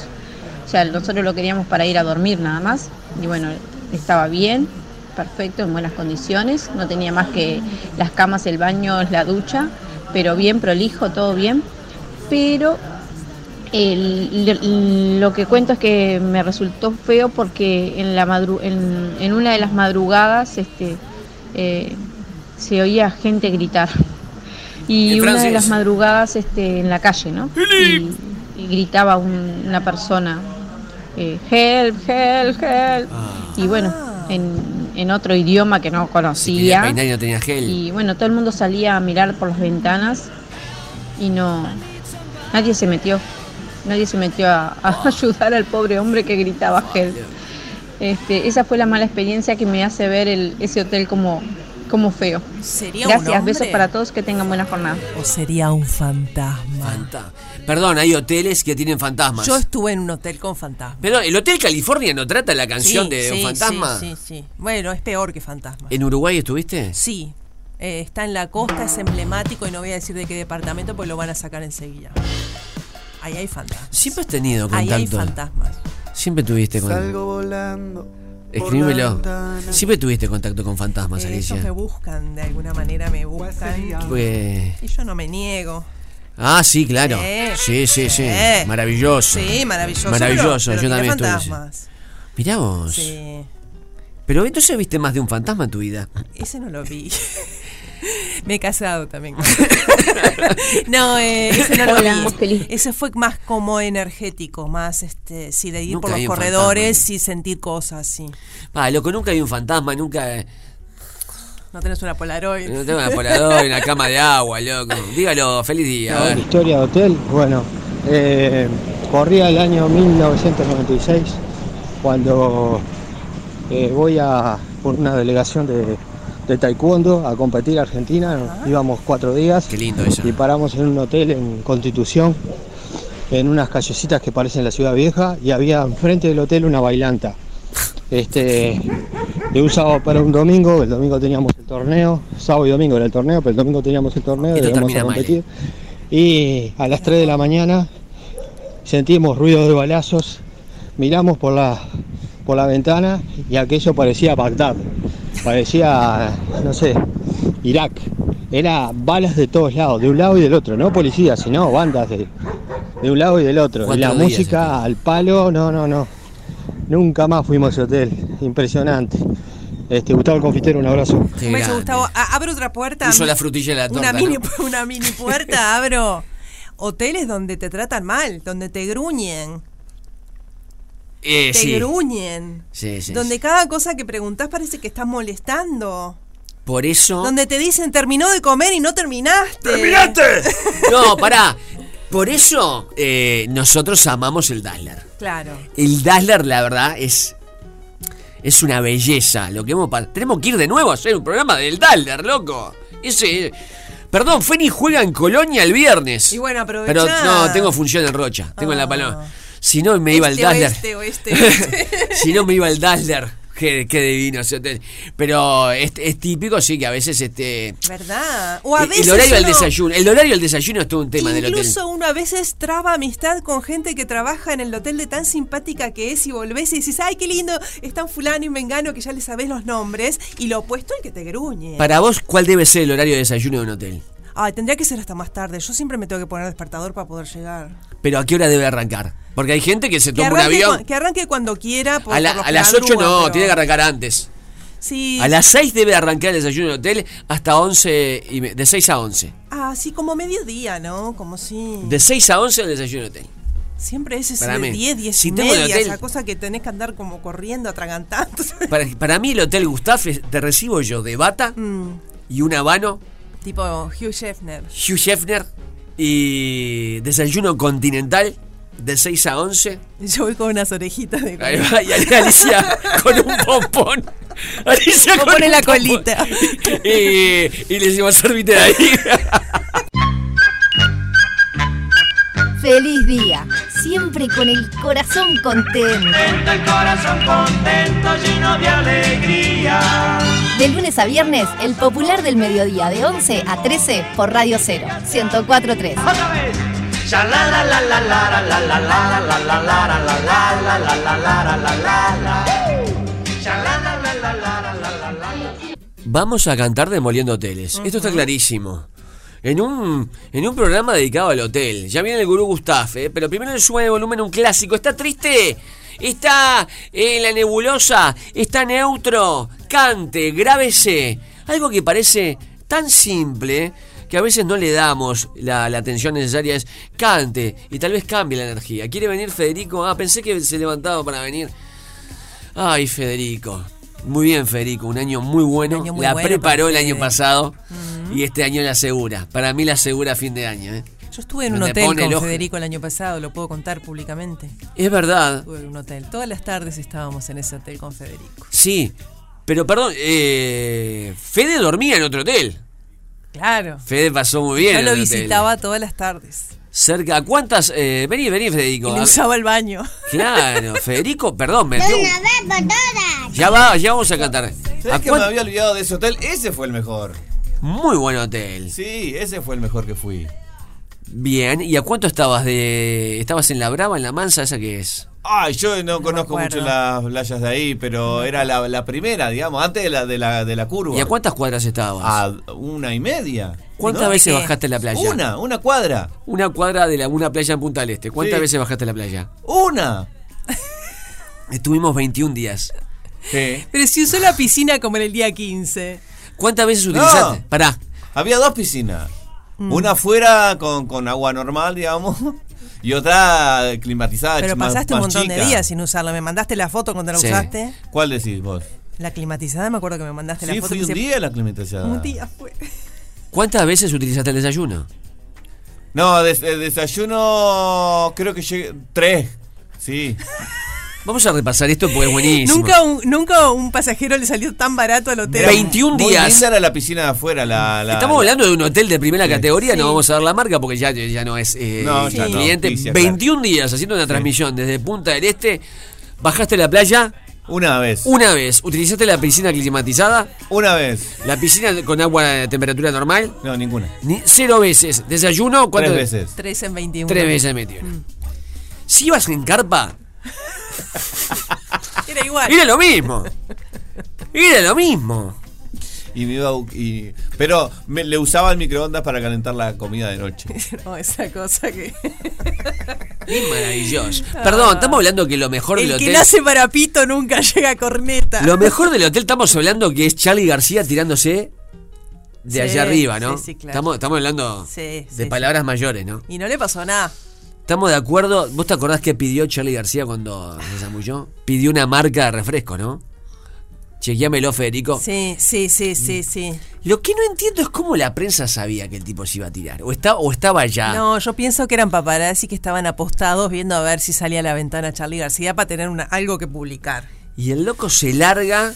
O sea, nosotros lo queríamos para ir a dormir nada más. Y bueno, estaba bien, perfecto, en buenas condiciones. No tenía más que las camas, el baño, la ducha, pero bien prolijo, todo bien. Pero el- l- lo que cuento es que me resultó feo porque en, la madru- en, en una de las madrugadas este, eh, se oía gente gritar. Y
En
una de
francés.
las madrugadas este, en la calle, ¿no? Y, y gritaba un- una persona, eh, help, help, help. Y bueno, en, en otro idioma que no
Quería
conocía.
peinar y no tenía gel.
Y bueno, todo el mundo salía a mirar por las ventanas y no. Nadie se metió. Nadie se metió a, a ayudar al pobre hombre que gritaba help. Este, esa fue la mala experiencia que me hace ver el- ese hotel como, como feo.
¿Sería un
Gracias,
hombre?
besos para todos, que tengan buena jornada.
O sería un fantasma.
Fanta- Perdón, hay hoteles que tienen fantasmas.
Yo estuve en un hotel con fantasmas.
Pero el Hotel California no trata la canción
Sí,
de
sí,
un fantasma.
Sí, sí, sí. Bueno, es peor que fantasma.
¿En Uruguay estuviste?
Sí. Eh, está en la costa, es emblemático y no voy a decir de qué departamento porque lo van a sacar enseguida. Ahí hay fantasmas.
Siempre has tenido con
Ahí hay
tanto-
fantasmas.
Siempre tuviste con.
Salgo volando.
Escribímelo. Siempre tuviste contacto con fantasmas,
Eh, ellos me
Alicia.
buscan, de alguna manera me buscan.
Pues-
Y yo no me niego.
Ah, sí, claro.
Sí,
Sí, sí, sí.
sí.
Maravilloso.
Sí, maravilloso,
Maravilloso,
pero-
yo
pero mirá
también estuve.
fantasmas.
Mirá vos.
Sí.
Pero entonces viste más de un fantasma en tu vida.
Ese no lo vi. Me he casado también. no, eh, ese no lo
Hola.
vi. Ese fue más como energético, más este, sí, de ir
Nunca
por
vi
los
un
corredores y sentir cosas, sí.
Ah, loco, nunca hay un fantasma, nunca. eh,
No tenés una Polaroid.
No tengo una poladora, una cama de agua, loco. Dígalo, feliz día. a
La
ver.
historia de hotel, bueno, eh, corría el año 1996 cuando eh, voy a por una delegación de, de taekwondo a competir a Argentina, íbamos cuatro días y paramos en un hotel en Constitución, en unas callecitas que parecen la ciudad vieja y había enfrente del hotel una bailanta. Este, de un sábado para un domingo, el domingo teníamos el torneo, sábado y domingo era el torneo, pero el domingo teníamos el torneo,
Esto
íbamos
termina
a
mal,
competir. Y a las 3 de la mañana sentimos ruidos de balazos, miramos por la, por la ventana y aquello parecía Bagdad, parecía, no sé, Irak. Era balas de todos lados, de un lado y del otro, no policías, sino bandas de, de un lado y del otro. Y la
Cuatro días,
música al palo, no, no, no. Nunca más fuimos a ese hotel, impresionante. Este, Gustavo el Confitero, un abrazo.
Me dice Gustavo, a- abro otra puerta.
Puso la frutilla en la
Una
torta,
mini,
¿no?
una mini puerta, abro. Hoteles donde te tratan mal, donde te gruñen.
Eh,
te
sí.
gruñen.
Sí, sí,
donde
sí.
cada cosa que preguntás parece que estás molestando.
Por eso.
Donde te dicen terminó de comer y no terminaste.
No, pará. Por eso eh, nosotros amamos el Dazzler.
Claro.
El Dazzler, la verdad, es. Es una belleza. Lo que hemos pa- Tenemos que ir de nuevo a hacer un programa del Dazzler, loco. Ese. Perdón, Feni juega en Colonia el viernes.
Y bueno,
Pero
aprovechá.
no, tengo función en Rocha. Tengo en la paloma. Si no, me iba al
Este,
Dazzler.
oeste, oeste, oeste.
si no, me iba al Dazzler. qué, qué divino. o sea, te- Pero es, es típico, sí, que a veces este.
¿Verdad? O a
el-
veces
el horario del
uno-
desayuno. El horario del desayuno es todo un tema del hotel.
Incluso uno a veces traba amistad con gente que trabaja en el hotel de tan simpática que es y volvés y decís, ay, qué lindo, están fulano y mengano que ya le sabés los nombres y lo opuesto el que te gruñe.
Para vos, ¿cuál debe ser el horario de desayuno de un hotel?
Ay, tendría que ser hasta más tarde. Yo siempre me tengo que poner despertador para poder llegar.
Pero ¿a qué hora debe arrancar? Porque hay gente que se
Que
toma un
arranque,
avión.
cu- que arranque cuando quiera. por-
A, la-
por lo
a las
general
8 no,
grúa, pero-
tiene que arrancar antes.
Sí.
A las 6 debe arrancar el desayuno del hotel hasta 11 y me- de 6 a 11.
Ah, sí, como mediodía, ¿no? Como si...
De 6 a 11 el desayuno del hotel.
Siempre es ese
Para
de
mí.
10, 10
Si
y
tengo el
media,
hotel-
esa cosa que tenés que andar como corriendo, atragantando.
Para, para mí el hotel Gustaf es- te recibo yo de bata
Mm,
y un habano,
tipo Hugh Hefner.
Hugh Hefner y desayuno continental de 6 a 11.
Yo voy con unas orejitas de
Ahí va, y Alicia con un pompón. Alicia con
Pompón en
un
la
pompón.
colita.
Y, y le decimos, servite de ahí.
Feliz día, siempre con el corazón contento.
El corazón contento, lleno de alegría.
De lunes a viernes, el popular del mediodía de 11 a 13 por Radio 0, 1043.
Sha la la la la la la la la la la la la la la la la la la la la la la. Sha la la la la la la la la la la.
Vamos a cantar demoliendo hoteles. Esto está clarísimo. En un, en un programa dedicado al hotel. Ya viene el gurú Gustaf, ¿eh? pero primero le suben el volumen a un clásico. ¿Está triste? ¿Está en la nebulosa? ¿Está neutro? Cante, grábese. Algo que parece tan simple que a veces no le damos la, la atención necesaria es cante y tal vez cambie la energía. ¿Quiere venir Federico? Ah, pensé que se levantaba para venir. Ay, Federico. Muy bien, Federico. Un año muy bueno.
año muy
la
bueno
preparó el
para
año
ustedes.
pasado y este año la asegura. Para mí la asegura a fin de año. ¿eh?
Yo estuve en un
Me
hotel con
pone el ojo.
Federico el año pasado, lo puedo contar públicamente.
Es verdad.
Estuve en un hotel. Todas las tardes estábamos en ese hotel con Federico.
Sí. Pero perdón, eh, Fede dormía en otro hotel.
Claro.
Fede pasó muy bien.
Yo
en
lo
otro hotel.
visitaba todas las tardes.
Cerca, ¿a ¿cuántas? eh, vení, vení, Federico.
Y le
A-
usaba el baño.
Claro, Federico, perdón, me Ya va, ya vamos a cantar. ¿A
¿Sabes que me
cuán-
había olvidado de ese hotel? Ese fue el mejor.
Muy buen hotel.
Sí, ese fue el mejor que fui.
Bien, ¿y a cuánto estabas de. ¿Estabas en la Brava, en la Mansa? ¿Esa que es?
Ay, yo no, conozco
acuerdo.
mucho las playas de ahí, pero era la, la primera, digamos, antes de la, de la, de la curva.
¿Y a cuántas cuadras estabas?
A una y media.
¿Cuántas
¿No?
veces
¿Qué?
bajaste a la playa?
Una, una cuadra.
Una cuadra de la, una playa en Punta del Este. ¿Cuántas
Sí.
veces bajaste a la playa?
¡Una!
Estuvimos 21 días.
Pero si usó la piscina como en el día 15.
¿Cuántas veces
No.
utilizaste? Pará.
Había dos piscinas.
Mm.
Una afuera con, con agua normal, digamos, y otra climatizada.
Mm. Pero
más-
pasaste un
más
montón de
chica.
días sin usarla. Me mandaste la foto cuando la
Sí.
usaste.
¿Cuál decís vos?
La climatizada, me acuerdo que me mandaste la
Sí,
foto.
fui
que
un
se-
día a la
Ah.
climatizada.
Un día fue.
¿Cuántas veces utilizaste el desayuno?
No, des- eh, desayuno creo que llegué... Tres, sí.
Vamos a repasar esto porque es buenísimo.
Nunca un, nunca un pasajero le salió tan barato al hotel.
Muy linda era la piscina de afuera. La, Ah, la-
Estamos hablando de un hotel de primera categoría, no
Sí.
vamos a dar la marca porque ya, ya no es eh,
No, ya no,
cliente.
auspicia,
21 días haciendo una transmisión desde Punta del Este. ¿Bajaste a la playa?
Una vez.
Una vez. ¿Utilizaste la piscina climatizada?
Una vez.
¿La piscina con agua a temperatura normal?
No, ninguna.
Ni, cero veces. ¿Desayuno? ¿Cuántas
Tres veces.
Tres en 21.
Tres veces metió.
Mm.
Si ibas en carpa,
Era igual.
era lo mismo. Era lo mismo.
Y me iba a bu- y- pero me- le usaba el microondas para calentar la comida de noche.
No, esa cosa que.
Qué maravilloso. Perdón, estamos hablando que lo mejor
Ah. El
del
que
hotel.
nace para pito nunca llega a corneta.
Lo mejor del hotel estamos hablando que es Charlie García tirándose de
Sí,
allá arriba, ¿no?
sí, sí, claro.
estamos, estamos hablando
Sí, sí,
de
sí.
palabras mayores, ¿no?
Y no le pasó nada.
Estamos de acuerdo. ¿Vos te acordás que pidió Charlie García cuando se zambulló? Pidió una marca de refresco, ¿no? Chequeámelo, Federico. Mm.
Sí, sí, sí, sí, sí.
Lo que no entiendo es cómo la prensa sabía que el tipo se iba a tirar. O, está, o estaba allá.
No, yo pienso que eran paparazzi que estaban apostados viendo a ver si salía a la ventana Charlie García para tener una- algo que publicar.
Y el loco se larga.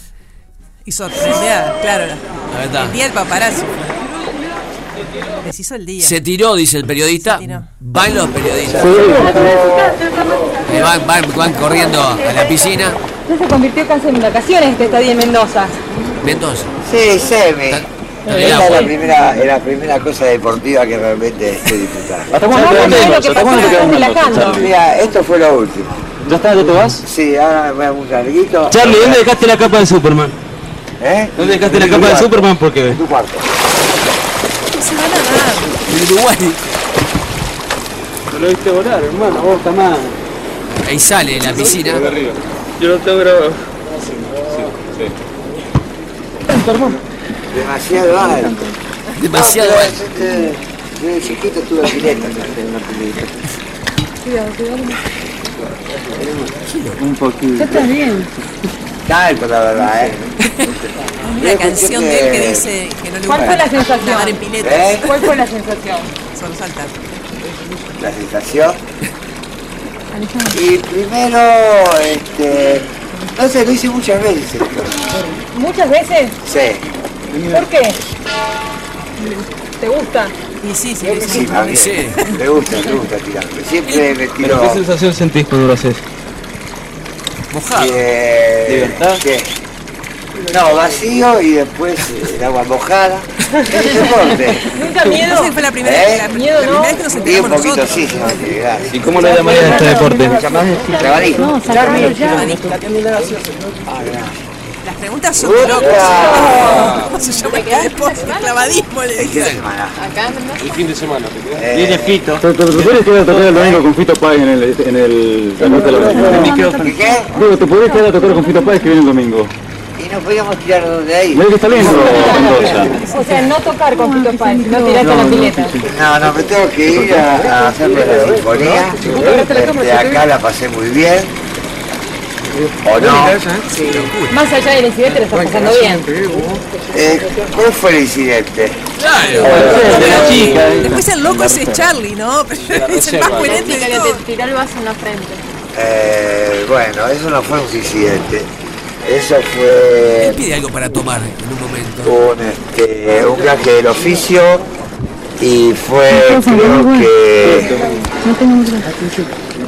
Y sorprendía, claro.
Ahí está.
El día del paparazzi. Les hizo el día.
Se tiró, dice el periodista. Van los periodistas. Eh, van, van- van corriendo a la piscina.
Ya se convirtió casi en vacaciones este estadio en Mendoza.
Mendoza.
Sí, semi.
en el
Esta es
agua.
la primera, es la primera cosa deportiva que realmente estoy disfrutando.
¿Hasta cuándo te queda en Vamos a ver Mendoza? lo que ¿Hasta cuándo te pasa, queda en estás Mendoza, relajando. Charlie?
Mira, esto fue lo último.
¿Ya está? ¿Ya te vas?
Sí, ahora me voy a un larguito.
Charlie, ¿dónde dejaste la capa de Superman?
¿Eh?
¿Dónde dejaste la capa de Superman? Porque.
Tu cuarto.
Se van a dar.
En Uruguay.
No lo viste volar, hermano, vos jamás.
Ahí sale en la piscina.
Yo lo tengo grabado.
Demasiado alto.
Demasiado
No, pero
alto.
este, Desde chiquito estuve en pileta. en una pileta.
Cuidado, cuidado.
Un poquito.
Ya estás bien.
Talco, la verdad, ¿eh?
Hay una canción de él que dice que no le
¿Cuál
gusta
fue la sensación?
nadar en piletas.
¿Eh?
¿Cuál fue la sensación?
Solo saltar.
La sensación. Y primero, este. No sé, lo hice muchas veces. esto.
¿Muchas veces?
Sí.
¿Por qué? ¿Te gusta?
Y sí, sí,
Sí, a mí Me gusta, me gusta tirarme. Siempre me
¿Pero qué
tiro.
sensación sentís cuando lo haces?
Mojado.
¿Libertad? No, vacío y después eh, el agua mojada. Es deporte.
Nunca miedo. Esa fue la primera,
¿Eh?
la, la primera vez que nos
Y un
enteramos
poquito
nosotros.
sí, señor, de verdad.
¿Y cómo lo llamarías a este deporte?
Trabarismo.
sacalo
Ah,
Las preguntas son de locos. ¿Cómo se llama este deporte? Clavadismo le
El fin de
dicen.
semana.
El fin de semana.
Eh,
Viene
Fito.
¿Te podés quedar a tocar el domingo con Fito Páez en el... en el... la puerta de la
¿En el
micrófono? Digo, ¿te podés quedar a tocar con Fito Páez que viene el domingo?
Y nos podíamos tirar donde ahí.
Mira que está lindo Mendoza.
O sea, no tocar con Pito Páez, no tirarte a la pileta.
No, no, me tengo que ir a, a hacerme la sinfonía. Este, acá la pasé muy bien. ¿O no?
Más allá del incidente, lo estás pasando bien.
Eh, ¿Cuál fue el incidente? Eh,
Claro.
De la chica.
Después el loco
eh,
ese es Charlie, ¿no? Pero es el
reserva,
más
¿no?
coherente de todos.
Tirar el vaso en la frente.
Eh, bueno, eso no fue un incidente. Eso fue
Pide algo para tomar en un momento.
un, este, un viaje del oficio y fue, creo que,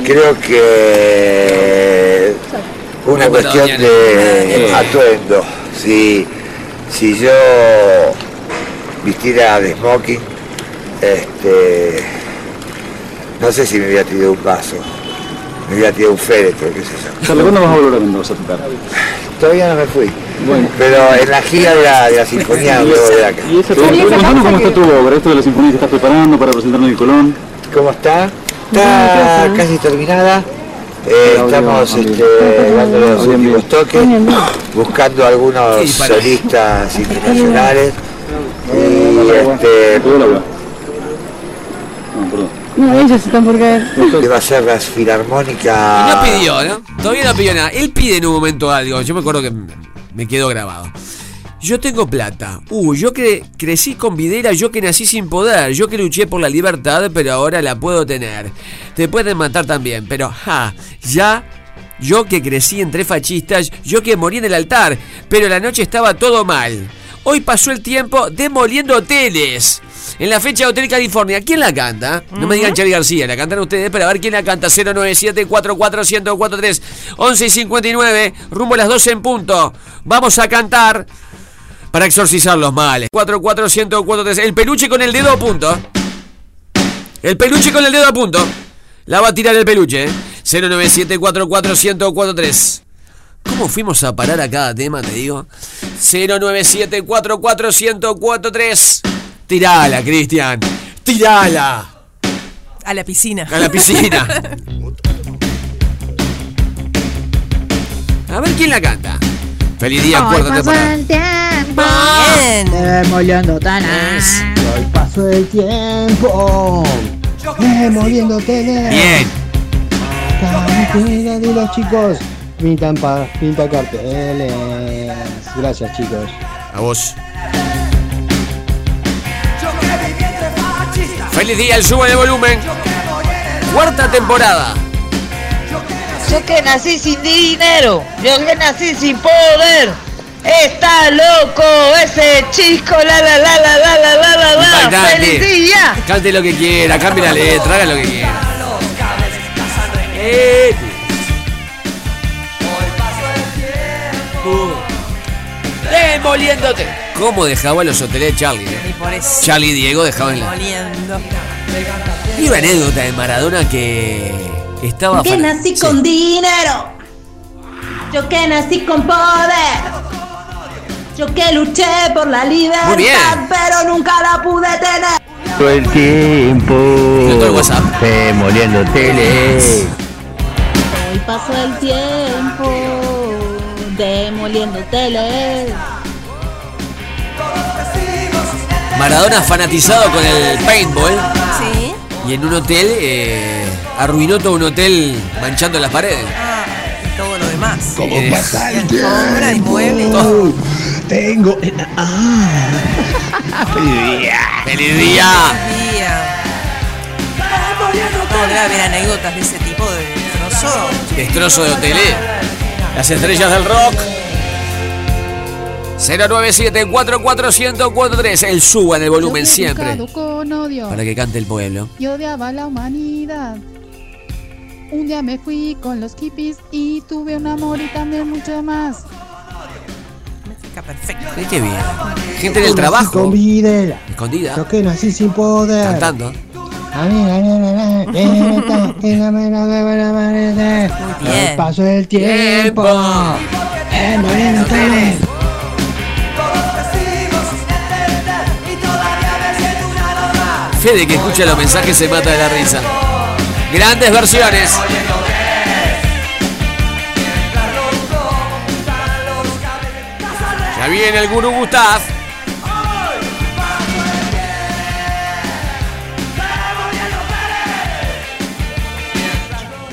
creo que una cuestión de atuendo. Si, si yo vistiera de smoking, este, no sé si me hubiera tirado un vaso, me hubiera tirado un féretro, qué sé yo.
Charlie, ¿cuándo vas a volver a Mendoza a tocar?
Todavía no me fui.
Bueno.
Pero en la gira de la, de la sinfonía
¿Y
luego de acá.
esa- y esa- Contanos cómo está tu obra, esto de la sinfonía que estás preparando para presentarnos en el Colón.
¿Cómo está? Está casi terminada. Eh, estamos este, dándole los últimos toques, buscando algunos solistas internacionales. Y este.
No, ellos están por caer.
Que va a ser la filarmónica.
No pidió, ¿no? Todavía no pidió nada. Él pide en un momento algo. Yo me acuerdo que me quedó grabado. Yo tengo plata. Uh, yo que crecí con videra, yo que nací sin poder, yo que luché por la libertad, pero ahora la puedo tener. Te pueden matar también, pero ja, ya. Yo que crecí entre fascistas, yo que morí en el altar, pero la noche estaba todo mal. Hoy pasó el tiempo demoliendo hoteles. En la fecha de Hotel California, ¿quién la canta? No me digan Charlie García, la cantan ustedes para ver quién la canta. 097 1043 11 y 59, rumbo a las 12 en punto. Vamos a cantar para exorcizar los males. 44143, el peluche con el dedo a punto. El peluche con el dedo a punto. La va a tirar el peluche. ¿eh? 097 1043 ¿Cómo fuimos a parar a cada tema, te digo? 097 1043 Tirala, Cristian. Tirala.
A la piscina.
A la piscina. A ver quién la canta. Feliz día, cuarta temporada.
tiempo.
Bien.
Demoliendo tanas. Hoy pasó el tiempo. Demoliendo tanas.
Bien.
Cantina de los chicos. Pintan, pa, pintan carteles. Gracias, chicos.
A vos. Feliz día, el subo de volumen. Cuarta temporada.
Yo que nací sin dinero, yo que nací sin poder. Está loco ese chico, la la la la la la la la la.
Impactante.
Feliz día.
Cante lo que quiera, cambie la letra, haga lo que quiera. Facu. Demoliéndote. ¿Cómo dejaba los hoteles Charlie? eh?
Y por eso.
Charlie y Diego dejaban en la.
Moliendo.
Hay una anécdota de Maradona que estaba.
que
fan-
nací
Sí.
con dinero. Yo que nací con poder. Yo que luché por la
Muy
libertad,
bien.
pero nunca la pude tener.
Todo el tiempo. Demoliendo teles.
Hoy pasó el tiempo demoliendo tele.
Maradona fanatizado con el paintball
Sí.
y en un hotel eh, arruinó todo un hotel manchando las paredes. Eh,
Todo lo demás.
¿Cómo pasa el
Alfombra y muebles.
Tengo. Ah. Feliz día.
¡Feliz día!
Feliz día. No, debe haber anécdotas de ese tipo de trozo.
Destrozo de hotel. eh. Las estrellas del rock. 097 44143 El suba en el volumen siempre.
con odio
Para que cante el pueblo.
y odiaba a la humanidad. Un día me fui con los hippies y tuve un amor y también mucho más.
Perfecto.
Mirá Qué bien. Gente en el trabajo. Escondida.
Yo que nací sin poder.
Cantando.
El paso del tiempo. Eh,
Demoliendo teles.
Fede que escucha los mensajes se mata de la risa. Grandes versiones. Ya viene el gurú Gustav.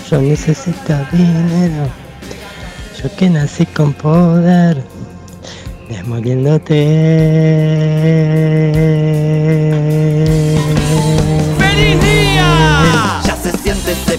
Yo necesito dinero. Yo que nací con poder. Desmoviéndote.
¡Feliz día! Ya se siente, se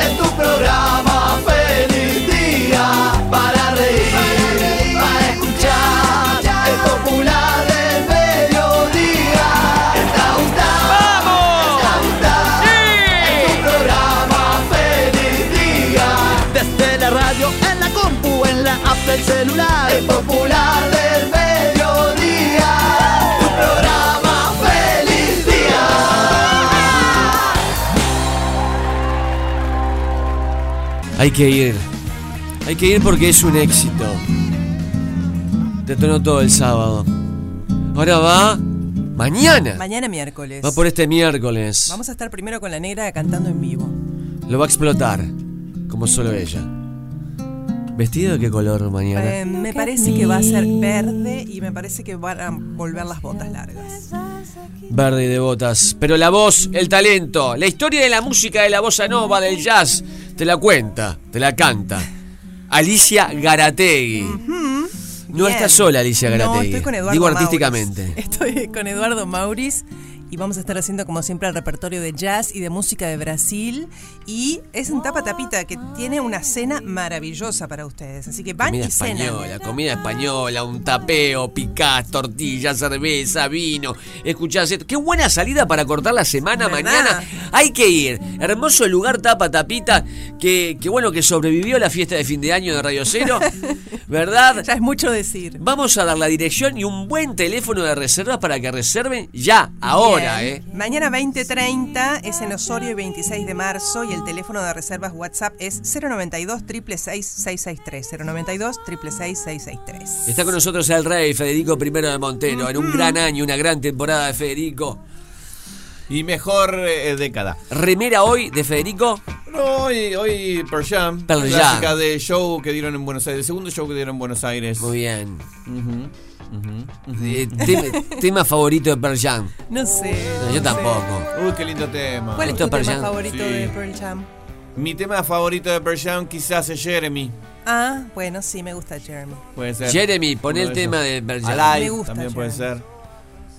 en tu programa feliz día para reír, para escuchar el popular del mediodía. Está Gustav, vamos, está Gustav, en tu programa feliz día. Desde la radio, en la compu, en la app del celular, el popular del mediodía. Tu programa feliz día.
Hay que ir. Hay que ir porque es un éxito. Detonó todo el sábado. Ahora va mañana.
Mañana miércoles.
Va por este miércoles.
Vamos a estar primero con la negra cantando en vivo.
Lo va a explotar. Como solo ella. ¿Vestido de qué color mañana?
Eh, me parece que va a ser verde y me parece que van a volver las botas largas.
Verde y de botas. Pero la voz, el talento, la historia de la música, de la bossa nova, del jazz, te la cuenta, te la canta. Alicia Garategui. No
Bien.
está sola Alicia
No,
Garategui.
estoy con Eduardo
Digo
Mauris.
artísticamente.
Estoy con Eduardo Mauris y vamos a estar haciendo como siempre el repertorio de jazz y de música de Brasil. Y es en Tapa Tapita que tiene una cena maravillosa para ustedes. Así que van
Comida
y cenan.
española, comida española, un tapeo, picás, tortilla, cerveza, vino. Escuchás esto. Qué buena salida para cortar la semana mañana. Hay que ir. Hermoso lugar, tapa, tapita. Que, que bueno que sobrevivió la fiesta de fin de año de Radio Cero. ¿Verdad?
Ya es mucho decir.
Vamos a dar la dirección y un buen teléfono de reservas para que reserven ya, ahora,
Bien.
¿eh?
Mañana 20.30 es en Osorio y 26 de marzo y el teléfono de reservas WhatsApp es 092 663 092 663
Está con nosotros el rey Federico I de Montero. En un gran año, una gran temporada de Federico.
Y mejor eh, década.
Remera hoy de Federico.
No, hoy, hoy Pearl Jam.
Pearl Jam.
clásica de show que dieron en Buenos Aires. El segundo show que dieron en Buenos Aires. Muy
bien. Eh,
Eh,
tema, tema favorito de Pearl Jam.
No sé.
No, yo tampoco.
Uy, qué lindo tema.
¿Cuál es tu
Esto
tema
es Pearl Jam.
favorito
Sí.
de Pearl Jam?
Mi tema favorito de Pearl Jam quizás es Jeremy.
Ah, bueno, sí, me gusta Jeremy.
Puede ser.
Jeremy, pon
Uno
el
de
tema
esos.
de Pearl Jam.
Alive,
Me gusta
también puede ser.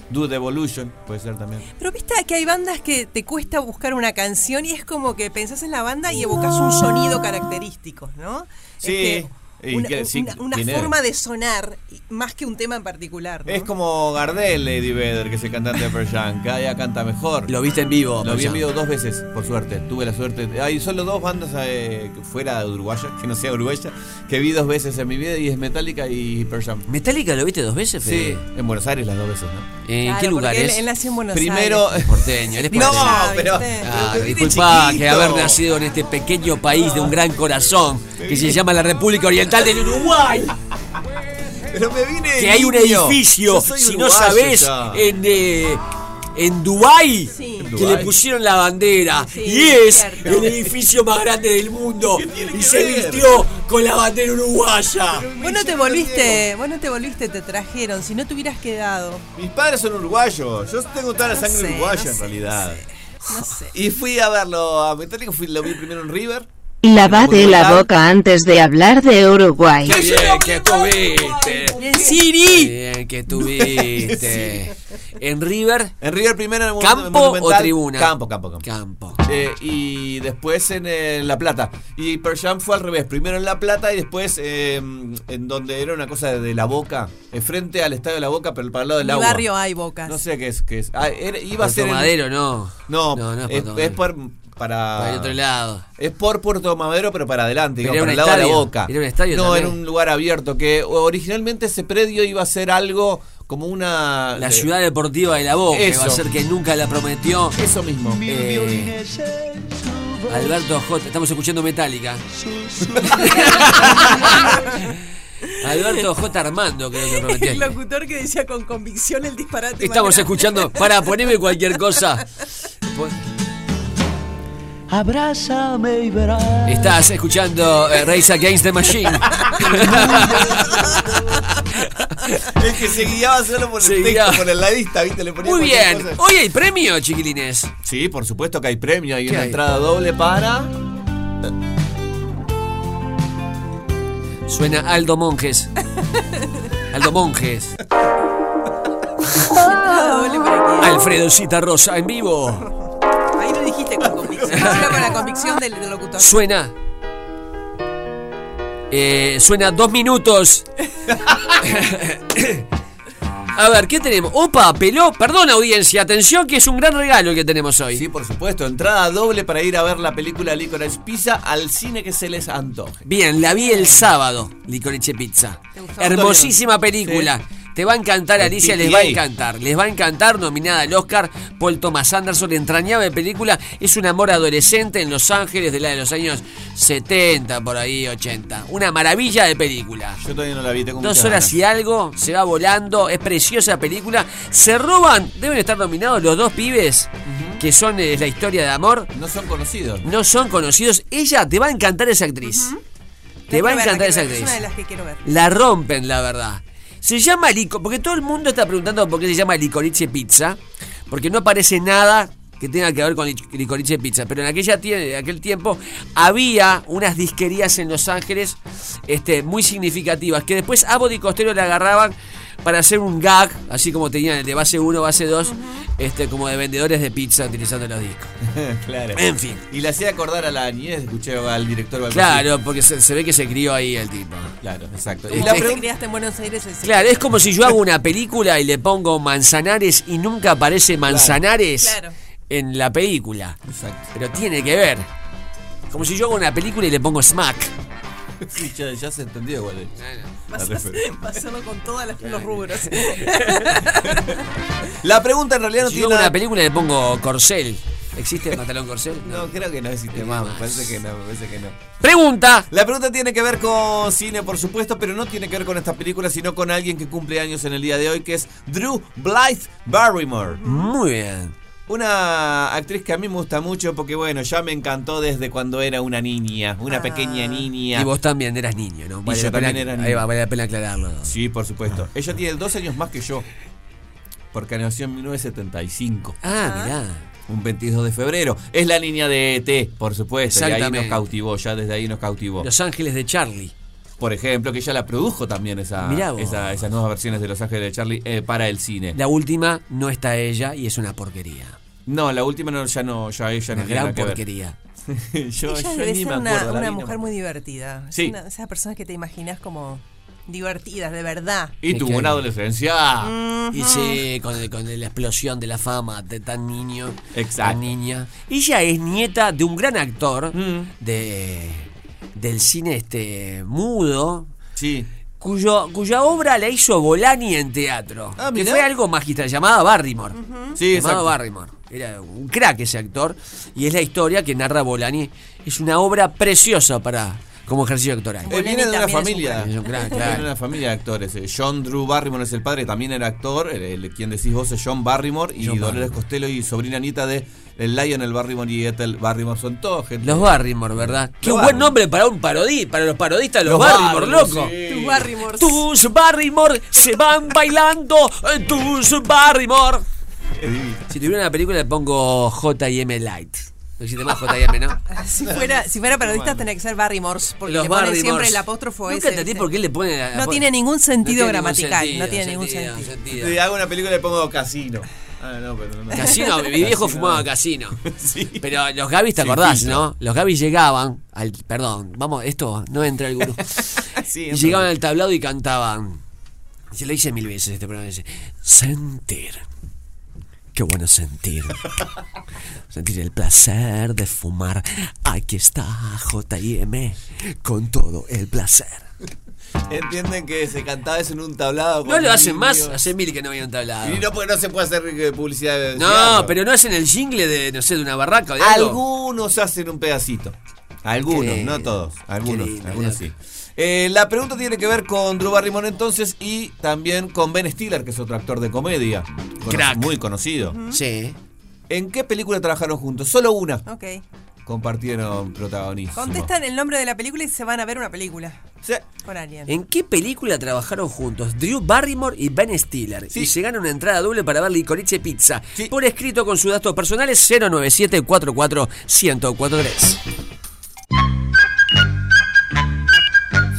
Dude Evolution, puede ser también.
Pero viste que hay bandas que te cuesta buscar una canción y es como que pensás en la banda y evocas un sonido característico, ¿no?
Sí. y
Una,
que- sí,
una- una
tiene-
forma de sonar y- más que un tema en particular. ¿no?
Es como Gardel, Lady Vedder, que es el cantante de Pearl Jam. Cada día canta mejor.
Lo viste en vivo,
Lo
Pearl
vi en
Jam.
vivo dos veces, por suerte. Tuve la suerte. Hay solo dos bandas eh, que fuera de Uruguaya, que no sea uruguaya, que vi dos veces en mi vida y es Metallica y Pearl Jam.
¿Metallica lo viste dos veces, Fede?
Sí, en Buenos Aires las dos veces, ¿no?
¿En qué
Claro, porque
lugares?
Él, él nació en Buenos
Primero-
Aires.
eh, Porteño, él es
No,
porteño.
pero-
Ah,
pero
disculpa
chiquito.
que haber nacido en este pequeño país de un gran corazón que se llama la República Oriental del Uruguay.
Pero me vine.
Que hay un
indio.
edificio,
Yo soy
si no
uruguayo
sabes,
ya.
en, eh, en Dubái, que
Dubái.
le pusieron la bandera.
Sí,
y es
cierto.
el edificio más grande del mundo. Y
que
se
ver?
vistió con la bandera uruguaya.
Vos no te volviste, vos no te volviste, te trajeron. Si no te hubieras quedado.
Mis padres son uruguayos. Yo tengo toda la
No
sangre
sé,
uruguaya
no
en
sé,
realidad.
No sé.
Y fui a verlo a Metallica, fui, lo vi primero en River.
Lavate la boca antes de hablar de Uruguay.
¡Qué bien que tuviste!
¡Bien, Siri!
bien que tuviste! ¿En River?
En River primero en el
¿Campo
Monumental-
o tribuna?
Campo, campo, campo.
Campo.
Eh, y después en eh, La Plata. Y Pearl Jam fue al revés. Primero en La Plata y después eh, en donde era una cosa de La Boca. eh, frente al estadio de La Boca, pero para el lado del
En mi
agua.
barrio hay bocas.
No sé qué es. Qué es. Ah, era- iba a
Puerto
ser. en-
Madero, no.
No,
No, no es
es,
Puerto
es
Madero.
por, para.
Para el otro lado.
Es por Puerto Madero, pero para adelante,
Pero
digamos,
era
para el lado
un
de la
estadio,
boca.
era un estadio
No,
también.
era un lugar abierto que originalmente ese predio iba a ser algo como una.
La
eh,
ciudad deportiva de la Boca, que va a
Eso.
ser que nunca la prometió. eh,
Eso mismo.
Alberto J. Estamos escuchando Metallica. Alberto J. Armando, creo que prometió.
El locutor que decía con convicción el disparate.
Estamos
más grande.
escuchando. Para, poneme cualquier cosa.
Abrázame y verás.
Estás escuchando eh, Race Against the Machine.
Es que se guiaba solo por el
Se
texto,
guiaba.
por el ladista, ¿viste? Le ponía
Muy
cualquier
bien.
cosa.
Hoy hay premio, chiquilines.
Sí, por supuesto que hay premio. Hay
¿Qué
una
hay?
entrada doble para.
Suena Aldo Monjes. Aldo Monjes. Alfredo Cita Rosa en vivo.
Ahí lo dijiste con convicción. Habla con la convicción del, del locutor.
Suena. eh, suena dos minutos. A ver, ¿qué tenemos? Opa, peló. Perdón, audiencia. Atención, que es un gran regalo el que tenemos hoy.
Sí, por supuesto. Entrada doble para ir a ver la película Licorice Pizza al cine que se les antoje.
Bien, la vi el sábado, Licorice Pizza.
gustó?
Hermosísima película. Te va a encantar,
El
Alicia, les
PTA.
va a encantar. Les va a encantar, nominada al Oscar, Paul Thomas Anderson, entrañable película. Es un amor adolescente en Los Ángeles de la de los años 70, por ahí, 80. Una maravilla de película.
Yo todavía no la vi, tengo
Dos
muchas
horas
ganas.
y algo, se va volando, es preciosa película. Se roban, deben estar nominados los dos pibes, que son eh, la historia de amor.
No son conocidos.
No son conocidos. Ella, te va a encantar esa actriz. Te
La
va a
quiero ver, la
encantar esa
quiero ver.
actriz.
Es una de las que quiero ver.
La rompen, la verdad. Se llama Lico, porque todo el mundo está preguntando por qué se llama Licorice Pizza, porque no aparece nada que tenga que ver con lic- Licorice Pizza, pero en aquella tie- en aquel tiempo había unas disquerías en Los Ángeles este, muy significativas, que después Abbott y Costello la agarraban para hacer un gag, así como tenían el de base 1, base 2, este, como de vendedores de pizza utilizando los discos.
claro.
En fin.
Y le hacía acordar a la niñez, escuché al director Balmaceda.
Claro, porque se, se ve que se crió ahí el tipo.
Claro, exacto.
Como
la
que
pregunta-
te criaste en Buenos Aires. es-
Claro, es como si yo hago una película y le pongo Manzanares y nunca aparece Manzanares
Claro.
en la película.
Exacto.
Pero tiene que ver. Como si yo hago una película y le pongo Smack.
Sí, ya, ya se entendió cuál es. La
Pasás-
referencia.
Pasando con todos los rubros.
La pregunta en realidad no
si yo hago
tiene nada.
una película y le pongo Corcel. ¿Existe el pantalón Corcel?
No, creo que no existe. más. Me parece que no, me parece que no.
Pregunta.
La pregunta tiene que ver con cine, por supuesto, pero no tiene que ver con esta película, sino con alguien que cumple años en el día de hoy, que es Drew Blythe Barrymore.
Muy bien.
Una actriz que a mí me gusta mucho porque, bueno, ya me encantó desde cuando era una niña, una
Ah.
pequeña niña.
Y vos también eras niño, ¿no?
Y
Vale
yo
la pena-
también era
Ahí
niño.
va, vale la pena aclararlo.
Sí, por supuesto. Ella tiene dos años más que yo, porque nació en 1975.
Ah, mirá.
Un 22 de febrero. Es la niña de ET, E por supuesto. Y ahí nos
Exactamente.
cautivó, ya desde ahí nos cautivó.
Los Ángeles de Charlie.
por ejemplo, que ella la produjo también esa,
Mirá vos.
esa- esas nuevas versiones de Los Ángeles de Charlie eh, para el cine.
La última no está ella y es una porquería.
No, la última no, ya no, ya ella no
Una
tiene
gran
nada que ver.
porquería.
yo,
Ella
yo
debe
ni
ser
me
una,
acuerdo, la
una
vi, no me
mujer muy divertida. Es
Sí.
una de esas personas que te imaginas como divertidas, de verdad.
Y tuvo una adolescencia.
Y sí, con, el- con la explosión de la fama de tan niño,
Exacto.
tan niña. Ella es nieta de un gran actor
Mm.
de, del cine este mudo.
Sí.
Cuyo, cuya obra la hizo Bolani en teatro.
Ah,
que
mirá.
fue algo magistral, llamada Barrymore.
Sí,
llamado
exacto.
Barrymore. Era un crack ese actor. Y es la historia que narra Bolani. Es una obra preciosa para como ejercicio actoral.
Eh, viene de una
También es un
familia.
crack, es un crack,
Viene de
claro.
una familia de actores. eh. John Drew Barrymore es el padre, también era actor. el- el- quien decís vos es John Barrymore. Y
John
Dolores Costello y sobrina Anita de el Lionel Barrymore y Ethel Barrymore son todos gente.
Los Barrymore, ¿verdad? Qué buen nombre para un parodí, para los parodistas, los,
Los
Barrymore,
Barrymore,
loco.
sí.
Tus Barrymore.
Tus Barrymore se van bailando, eh, tus Barrymore. Si tuviera una película le pongo JM Light. No existe más JM, ¿no?
Ah, Si fuera, si fuera periodista
Bueno.
tendría que ser Barry Morse, porque
Los
le ponen
Barrymores.
siempre el apóstrofo
Nunca
ese.
entendí
¿viste?
por qué le ponen... la-
No
la-
tiene ningún sentido gramatical,
sentido,
no tiene ningún sentido.
Le hago una película y le pongo casino. Ah, no, pero no.
Casino, mi viejo fumaba casino. Pero los Gavis, ¿te
Sí,
acordás,
pinta.
no? Los Gavis llegaban al. Perdón, vamos, esto no entra el gurú.
Sí,
Y
entra.
llegaban al tablado y cantaban. Se lo hice mil veces este programa. dice, sentir. Qué bueno sentir. Sentir el placer de fumar. Aquí está JM con todo el placer.
Entienden que se cantaba eso en un tablado.
No lo hacen más, hace mil que no habían tablado.
Y no, porque no se puede hacer eh, publicidad de.
No, pero no hacen el jingle de, no sé, de una barraca o de algo.
Algunos hacen un pedacito. Algunos,
Qué
no
lindo.
todos. Algunos,
Qué lindo,
algunos
loco.
sí. Eh, la pregunta tiene que ver con Drew Barrymore entonces y también con Ben Stiller, que es otro actor de comedia. cono-
Crack.
Muy conocido.
Sí.
¿En qué película trabajaron juntos? Solo una.
Ok.
Compartieron protagonismo.
Contestan el nombre de la película y se van a ver una película. Con alguien.
¿En qué película trabajaron juntos Drew Barrymore y Ben Stiller? Y se gana una entrada doble para ver Licorice Pizza. Por escrito con sus datos personales 097 44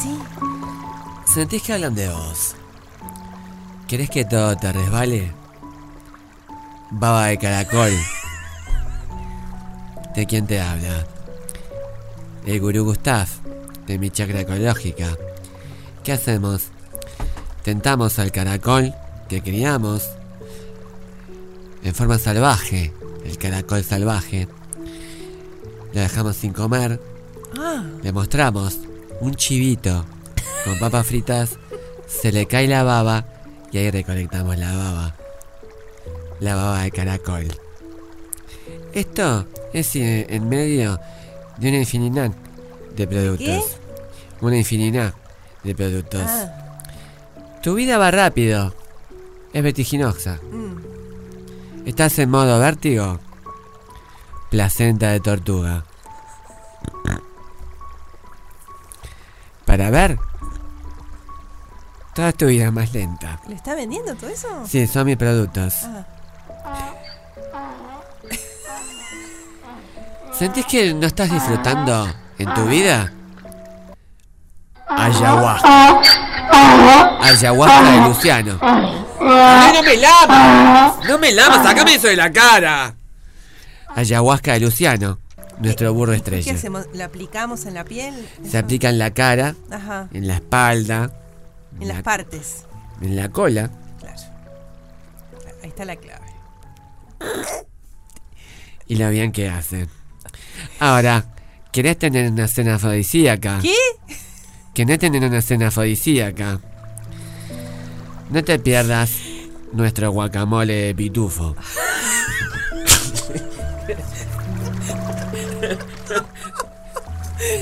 Sí.
¿Sentís que hablan de vos? ¿Querés que todo te resbale? Baba de caracol. ¿De quién te habla? El gurú Gustav, de mi chakra ecológica. ¿Qué hacemos? Tentamos al caracol que criamos en forma salvaje, el caracol salvaje. Lo dejamos sin comer,
Ah,
le mostramos un chivito con papas fritas, se le cae la baba y ahí recolectamos la baba. La baba de caracol. Esto es eh, en medio de una infinidad de productos.
¿Qué?
Una infinidad de productos.
Ah.
Tu vida va rápido. Es vertiginosa.
Mm.
¿Estás en modo vértigo? Placenta de tortuga. Para ver. Toda tu vida más lenta.
¿le está vendiendo todo eso? Ah.
Sí, son mis productos. ¿Sentís que no estás disfrutando en tu vida? Ayahuasca. Ayahuasca de Luciano.
Ay,
no me lamas! ¡No me lamas! ¡Sacame eso de la cara! Ayahuasca de Luciano, nuestro burro
¿Qué
estrella.
hacemos? ¿La aplicamos en la piel?
Se aplica en la cara,
Ajá.
en la espalda,
En las partes.
en la cola.
Ahí está la clave.
Y lo bien que hace. Ahora, ¿querés tener una cena afrodisíaca?
¿Qué?
¿Querés tener una cena afrodisíaca?
Ah.
No te pierdas nuestro guacamole de pitufo.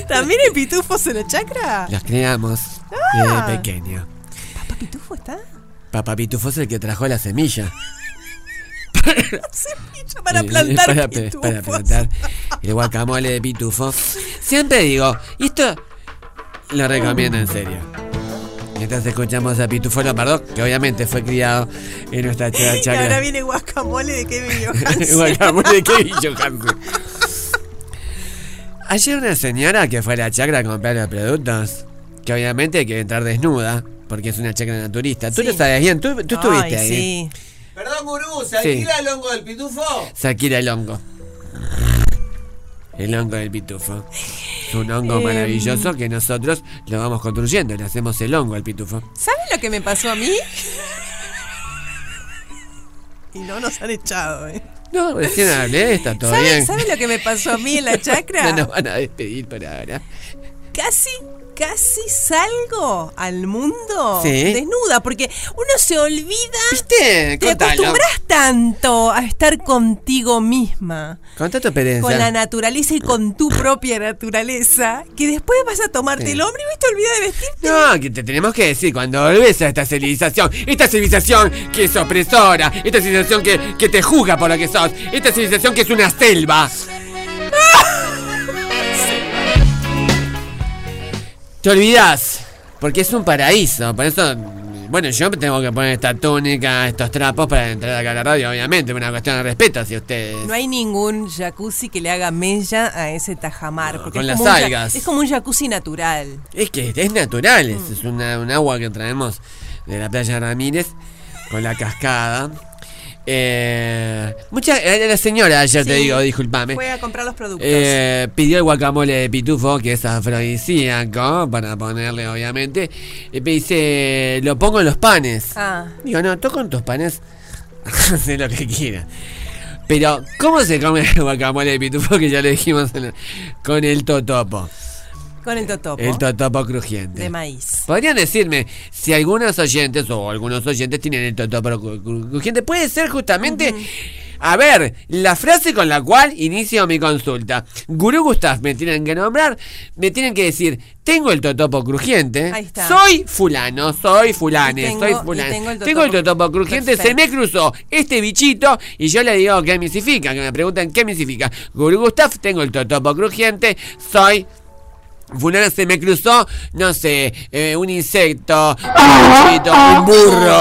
¿También el pitufo se lo chakra?
Los creamos.
Ah.
De pequeño.
¿Papá Pitufo está?
Papá Pitufo es el que trajo la semilla.
para
Eh,
plantar
para,
pitufos.
para plantar el guacamole de pitufo. Siempre digo, y esto lo recomiendo en serio. Mientras escuchamos a Pitufo Lombardo, que obviamente fue criado en nuestra
Y ahora
chacha.
viene guacamole de Kevin Johansen.
guacamole de Kevin Johansen. Ayer una señora que fue a la chacra a comprar los productos, que obviamente hay que entrar desnuda, porque es una chacra naturista. Tú lo sabes bien, tú, tú estuviste ahí.
Perdón, gurú, ¿se
Sí.
alquila el hongo del pitufo?
Shakira el hongo. El hongo del pitufo. Es un hongo
Em.
maravilloso que nosotros lo vamos construyendo, le hacemos el hongo al pitufo.
¿Saben lo que me pasó a mí? y no nos han echado, ¿eh?
No, recién hablé, está todo
¿Saben
bien.
saben lo que me pasó a mí en la chacra?
No nos van a despedir por ahora.
Casi, casi salgo al mundo
Sí.
desnuda, porque uno se olvida.
¿Viste?
Te
Contalo.
acostumbras tanto a estar contigo misma.
Contá tu experiencia.
con la naturaleza y con tu propia naturaleza, que después vas a tomarte
Sí.
el hombre y vos te olvidas de vestirte.
No, que te tenemos que decir, cuando volvés a esta civilización, esta civilización que es opresora, esta civilización que, que te juzga por lo que sos, esta civilización que es una selva. Te olvidás, porque es un paraíso, por eso... Bueno, yo tengo que poner esta túnica, estos trapos para entrar acá a la radio, obviamente, una cuestión de respeto hacia ustedes.
No hay ningún jacuzzi que le haga mella a ese tajamar. porque
con
es
las
como un ja-
algas.
es como un jacuzzi natural.
Es que es natural, es,
Mm.
es una- un agua que traemos de la playa Ramírez con la cascada. Eh, mucha, eh, la señora ayer te
Sí.
digo, disculpame.
Fue a comprar los productos.
Ah, eh, pidió el guacamole de pitufo, que es afrodisíaco, para ponerle obviamente. Y me dice, lo pongo en los panes.
Ah.
Digo, no, toco en tus panes, haz lo que quieras. Pero, ¿cómo se come el guacamole de pitufo? Que ya lo dijimos en la- con el totopo.
Con el totopo
El totopo crujiente.
de maíz.
Podrían decirme si algunos oyentes o algunos oyentes tienen el totopo cru- cru- crujiente. Puede ser justamente. A ver, la frase con la cual inicio mi consulta. Gurú Gustav, me tienen que nombrar, me tienen que decir, tengo el totopo crujiente,
Ahí está.
soy fulano, soy fulane,
Y tengo-
soy
y
fulane,
tengo el
tengo el
totopo-
totopo crujiente, se me cruzó este bichito y yo le digo qué misifica, que me preguntan qué misifica. Gurú Gustav, tengo el totopo crujiente, soy Fulano se me cruzó, no sé, eh, un insecto, un bichito, un burro.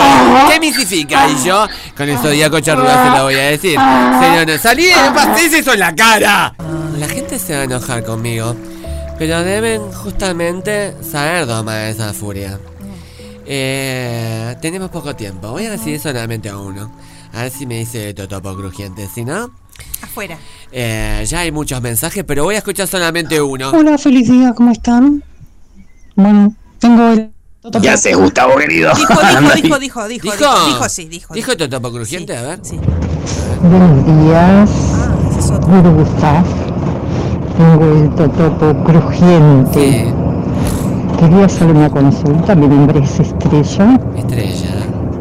¿Qué misifica? Y yo, con el zodíaco charrúa se lo voy a decir. Señor, no, salí de no pases eso en la cara. La gente se va a enojar conmigo, pero deben justamente saber domar esa furia. Eh, tenemos poco tiempo, voy a decir solamente a uno. A ver si me dice Totopo Crujiente, si no...
Afuera.
eh, ya hay muchos mensajes, pero voy a escuchar solamente uno.
Hola, feliz día, ¿cómo están? Bueno, tengo el...
Ya sé, Gustavo, querido.
Dijo, dijo, dijo, dijo, dijo,
¿Dijo?
dijo, dijo, sí, dijo.
¿Dijo Totopo Crujiente? A ver.
Buenos días, Guru Gustav. Tengo el totopo crujiente. Quería hacerle una consulta, mi nombre es Estrella.
Estrella.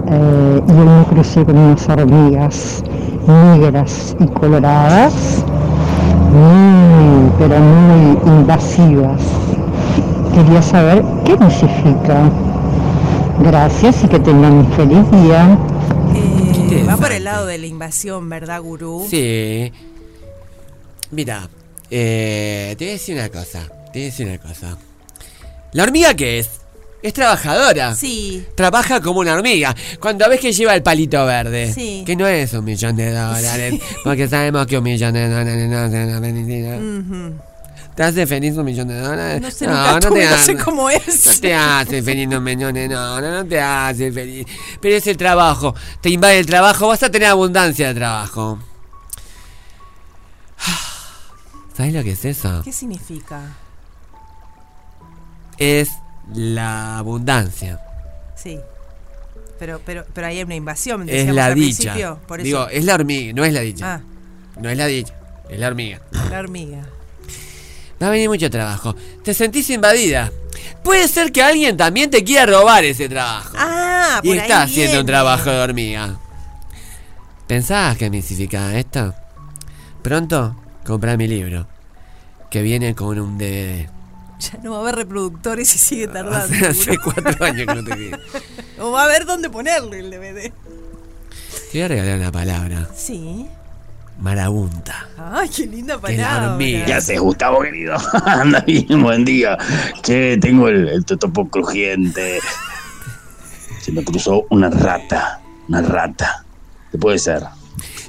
eh, y yo me crucé con unas hormigas negras y coloradas, muy, pero muy invasivas. Quería saber qué significa. Gracias y que tengan un feliz día.
Eh, va por el lado de la invasión, ¿verdad, gurú?
Sí. Mira, eh, te voy a decir una cosa. Te voy a decir una cosa. ¿La hormiga qué es? Es trabajadora.
Sí.
Trabaja como una hormiga. Cuando ves que lleva el palito verde,
Sí.
que no es un millón de dólares, porque sabemos que un millón de dólares no se nos beneficia.
Ujú.
¿Te hace feliz un millón de dólares?
No sé, nunca tuve, no sé cómo es.
No te hace feliz un millón de dólares, no te hace feliz. Pero es el trabajo, te invade el trabajo, vas a tener abundancia de trabajo. ¿Sabes lo que es eso?
¿Qué significa?
Es la abundancia.
Sí. Pero, pero, pero ahí hay una invasión.
Es
decíamos
la
al
dicha.
principio, por eso.
Digo, es la hormiga, no es la dicha.
Ah,
No es la dicha, es la hormiga.
la hormiga.
eh. Va a venir mucho trabajo. Te sentís invadida. Puede ser que alguien también te quiera robar ese trabajo.
Ah,
y
por ahí
está haciendo un
viene.
trabajo de hormiga. ¿Pensabas que misificaba esto? Pronto, comprá mi libro. Que viene con un DVD.
Ya no va a haber reproductores y sigue tardando.
Hace, hace
seguro.
cuatro años que no te quedé.
O va a haber dónde ponerle el DVD.
Te voy a regalar una palabra.
Sí.
Marabunta.
Ay, qué linda
Que es la
palabra.
hormiga.
¿Qué haces, Gustavo, querido? Anda bien, buen día. Che, tengo el, el totopo crujiente. Se me cruzó una rata. Una rata. ¿Qué puede ser?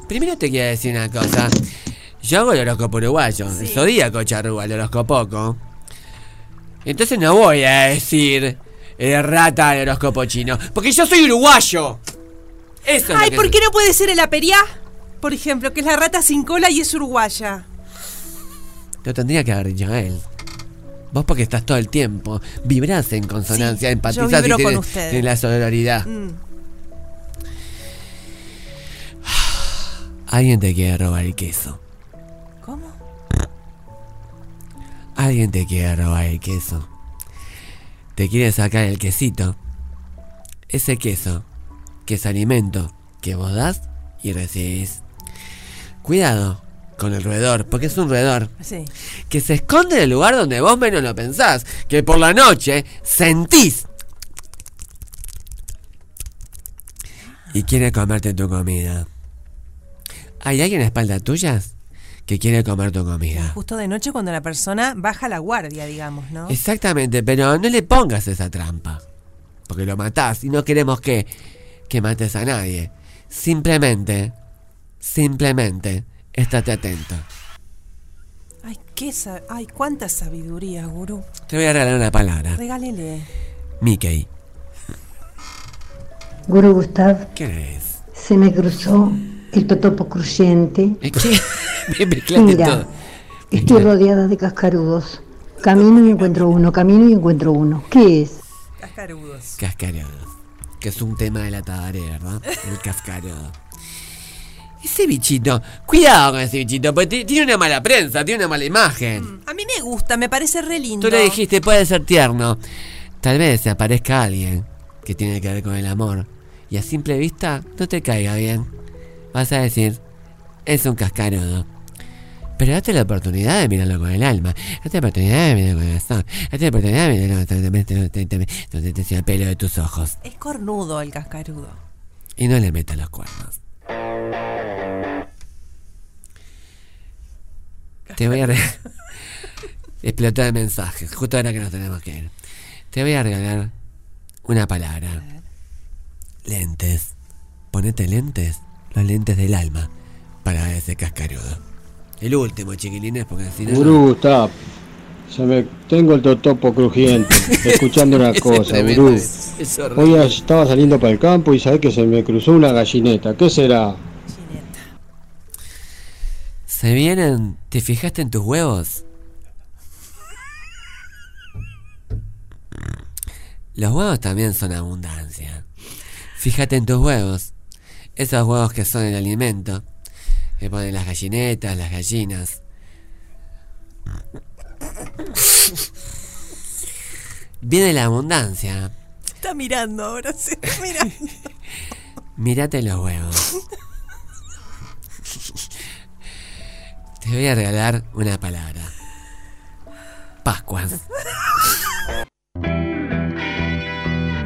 Primero te quiero decir una cosa. Yo hago el horóscopo uruguayo, el zodíaco charrúa, el horóscopo Entonces no voy a decir eh, rata el horóscopo chino, porque yo soy uruguayo. Eso es
Ay,
lo que
¿por
soy.
qué no puede ser el aperiá? Por ejemplo, que es la rata sin cola y es uruguaya.
Lo tendría que haber dicho él. Vos porque estás todo el tiempo, vibrás en consonancia, empatizás
yo vibro
y tenés,
con ustedes.
tenés la solidaridad.
Mm.
Alguien te quiere robar el queso.
¿Cómo?
Alguien te quiere robar el queso. Te quiere sacar el quesito. Ese queso, que es alimento que vos das y recibís. Cuidado con el roedor, porque es un roedor
Sí.
que se esconde en el lugar donde vos menos lo pensás, que por la noche sentís y quiere comerte tu comida. ¿Hay alguien a espaldas tuyas que quiere comer tu comida?
Justo de noche cuando la persona baja la guardia, digamos, ¿no?
Exactamente, pero no le pongas esa trampa, porque lo matás y no queremos que, que mates a nadie. Simplemente, simplemente, estate atento.
Ay, qué sa- Ay, cuánta sabiduría, gurú.
Te voy a regalar una palabra,
Regálele.
Mickey.
Guru Gustav,
¿Quién es?
se me cruzó el totopo crujiente.
Me mezclaste
Mira,
todo.
estoy rodeada de cascarudos. Camino y encuentro uno, camino y encuentro uno. ¿Qué es?
Cascarudos. Que es un tema de la tabarera, ¿verdad? El cascarudo. Ese bichito, cuidado con ese bichito, porque ti- tiene una mala prensa, tiene una mala imagen.
A mí me gusta, me parece re lindo.
Tú le dijiste, puede ser tierno. Tal vez se aparezca alguien que tiene que ver con el amor. Y a simple vista, no te caiga bien. Vas a decir, es un cascarudo. Pero date la oportunidad de mirarlo con el alma. Date la oportunidad de mirarlo con el corazón. Date la oportunidad de mirarlo donde te sea el pelo de tus ojos.
Es cornudo el cascarudo.
Y no le metas los cuernos. Te voy a regalar. Explotó de mensajes, justo ahora que nos tenemos que ir. Te voy a regalar una palabra. Lentes. Ponete lentes, los lentes del alma, para ese cascarudo. El último, chiquilines, porque si no.
Gurú Gustav, se me, tengo el totopo crujiente, escuchando una cosa,
tremendo,
Gurú.
es- es horrible.
Hoy estaba saliendo para el campo y sabés que se me cruzó una gallineta, ¿qué será?
¿Se vienen? ¿Te fijaste en tus huevos? Los huevos también son abundancia. Fíjate en tus huevos. Esos huevos que son el alimento. Que ponen las gallinetas, las gallinas. Viene la abundancia.
Está mirando ahora, sí. Mira.
Mírate los huevos. Te voy a regalar una palabra. Pascuas.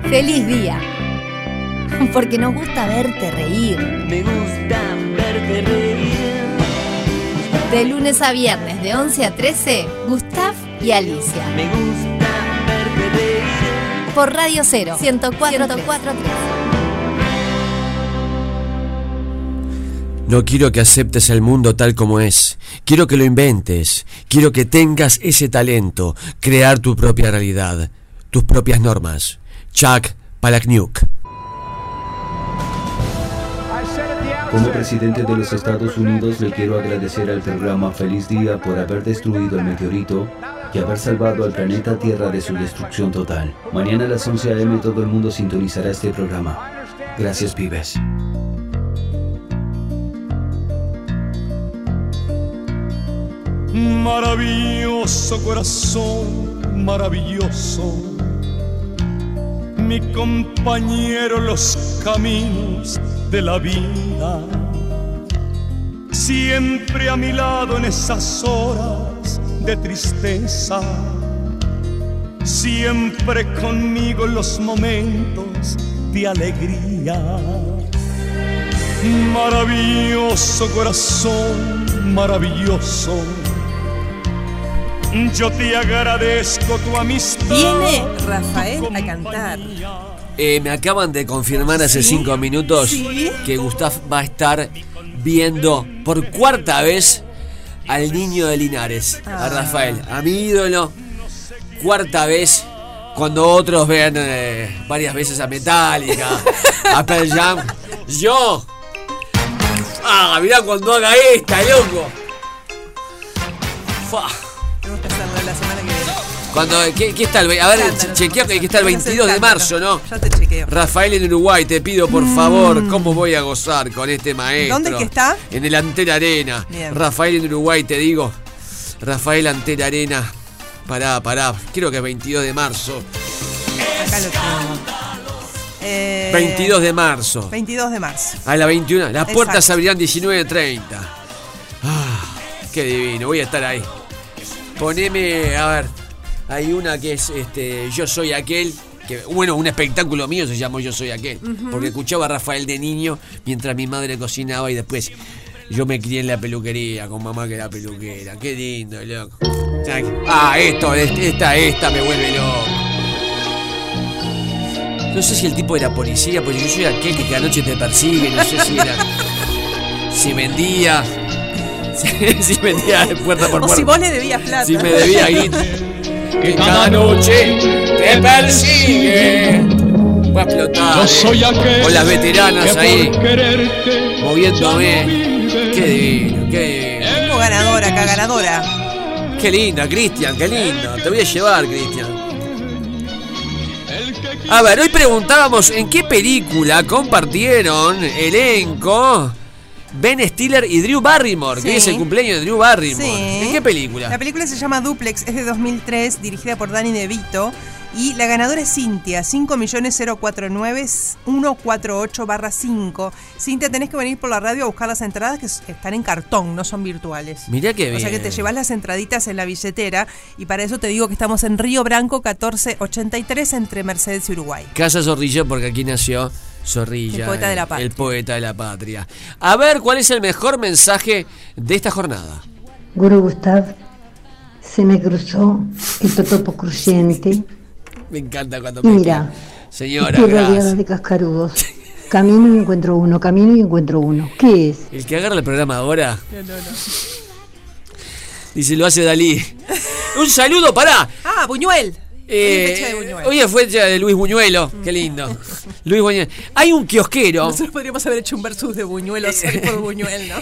Feliz día. Porque nos gusta verte reír. Me gusta verte reír. De lunes a viernes, de 11 a 13, Gustav y Alicia. Me gusta verte reír. Por Radio 0, 104, 104.3.
No quiero que aceptes el mundo tal como es. Quiero que lo inventes. Quiero que tengas ese talento. Crear tu propia realidad. Tus propias normas. Chuck Palahniuk.
Como presidente de los Estados Unidos le quiero agradecer al programa Feliz Día por haber destruido el meteorito y haber salvado al planeta Tierra de su destrucción total. Mañana a las 11 a.m. todo el mundo sintonizará este programa. Gracias, pibes.
Maravilloso corazón, maravilloso, mi compañero en los caminos de la vida. Siempre a mi lado en esas horas de tristeza, siempre conmigo en los momentos de alegría. Maravilloso corazón, maravilloso. Yo te agradezco tu amistad.
Viene Rafael a cantar.
Eh, me acaban de confirmar hace cinco minutos
¿Sí?
que Gustav va a estar viendo por cuarta vez al niño de Linares, a
Ah.
Rafael, a mi ídolo. Cuarta vez cuando otros ven eh, varias veces a Metallica, a Pearl Jam. Yo. Ah, mirá cuando haga esta, loco. Fa.
Tenemos que hacerlo la semana que viene.
Cuando, ¿qué, qué está el, ve- a ver, chequea que que está el 22 de marzo, ¿no?
Ya te chequeo.
Rafael en Uruguay, te pido por favor, ¿cómo voy a gozar con este maestro?
Mm. ¿Dónde es que está?
En el Antel Arena.
Bien.
Rafael en Uruguay, te digo. Rafael Antel Arena. Pará, pará. Creo que 22 de marzo.
Acá lo tengo. Eh,
22 de marzo.
22 de marzo.
A la 21. Las puertas
Exacto.
se abrirán 19.30. Ah, qué divino. Voy a estar ahí. Poneme, a ver. Hay una que es este, Yo soy aquel. Que, bueno, un espectáculo mío se llamó Yo soy aquel.
Ujú.
Porque escuchaba a Rafael de niño mientras mi madre cocinaba y después yo me crié en la peluquería con mamá que era peluquera. Qué lindo, loco. Ah, esto, esta, esta me vuelve loco. No sé si el tipo era policía, porque yo soy aquel que cada noche te persigue, no sé si era. si vendía. Si, si vendía de puerta por
O
puerta.
si vos le debías plata.
Si me debía ir. Que cada noche te persigue. Va a explotar.
Yo soy
eh.
aquel
Con las veteranas
que
ahí.
por
Moviéndome. eh. Qué divino, qué divino.
Tengo ganadora acá, ganadora.
Qué linda, Cristian, qué lindo. Te voy a llevar, Cristian. A ver, hoy preguntábamos en qué película compartieron elenco Ben Stiller y Drew Barrymore, que
Sí.
hoy es el cumpleaños de Drew Barrymore.
Sí.
¿En qué película?
La película se llama Duplex, es de 2003, dirigida por Danny DeVito. Y la ganadora es Cintia, 5.049.148-5. Cintia, tenés que venir por la radio a buscar las entradas que s- están en cartón, no son virtuales.
Mirá qué
O sea que te
bien.
llevas las entraditas en la billetera. Y para eso te digo que estamos en Río Branco 1483 entre Mercedes y Uruguay.
Casa Zorrilla, porque aquí nació Zorrilla.
El poeta de la patria.
el poeta de la patria. A ver, ¿cuál es el mejor mensaje de esta jornada?
Guru Gustav, se me cruzó el totopo crujiente
Me encanta cuando
y
me.
mira,
Señora,
estoy rodeada
gracias.
de cascarudos. Camino y encuentro uno, camino y encuentro uno. ¿Qué es?
El que agarra el programa ahora. Dice, lo hace Dalí. Un saludo, pará.
Ah, Buñuel.
Eh, Hoy es fecha de Luis Buñuelo.
Mm.
Qué lindo. Luis Buñuelo. Hay un kiosquero.
Nosotros podríamos haber hecho un versus de Buñuel o
Eh,
ser por Buñuel, ¿no?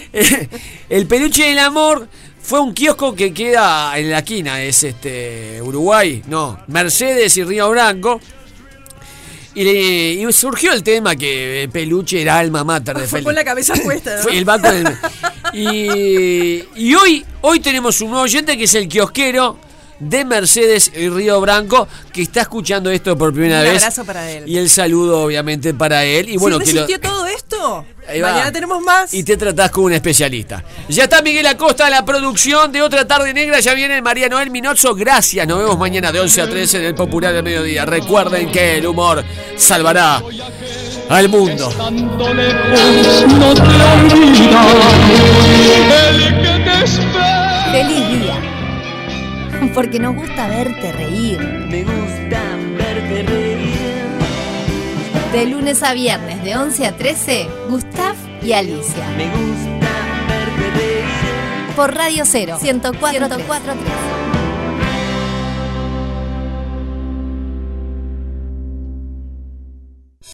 El peluche del amor fue un kiosco que queda en la esquina. Es este Uruguay. No. Mercedes y Río Branco. Y, le- y surgió el tema que el peluche era alma mater de
Fue
Félix.
con la cabeza puesta. ¿no?
Fue el banco del- Y, y hoy, hoy tenemos un nuevo oyente que es el kiosquero de Mercedes y Río Branco que está escuchando esto por primera
Un
vez.
abrazo para él.
Y el saludo, obviamente, para él. Y bueno,
si
que lo-
resistió todo esto,
Ahí va.
mañana tenemos más.
y te tratás con un especialista. Ya está Miguel Acosta, la producción de Otra Tarde Negra. Ya viene María Noel Minozzo. Gracias. Nos vemos mañana de 11 a 13 en el Popular del Mediodía. Recuerden que el humor salvará al mundo.
No te olvidas.
Feliz día. Porque nos gusta verte reír. Me gusta verte reír. De lunes a viernes, de 11 a 13, Gustav y Alicia. Me gusta verte reír. Por Radio Cero, 104, 104.3.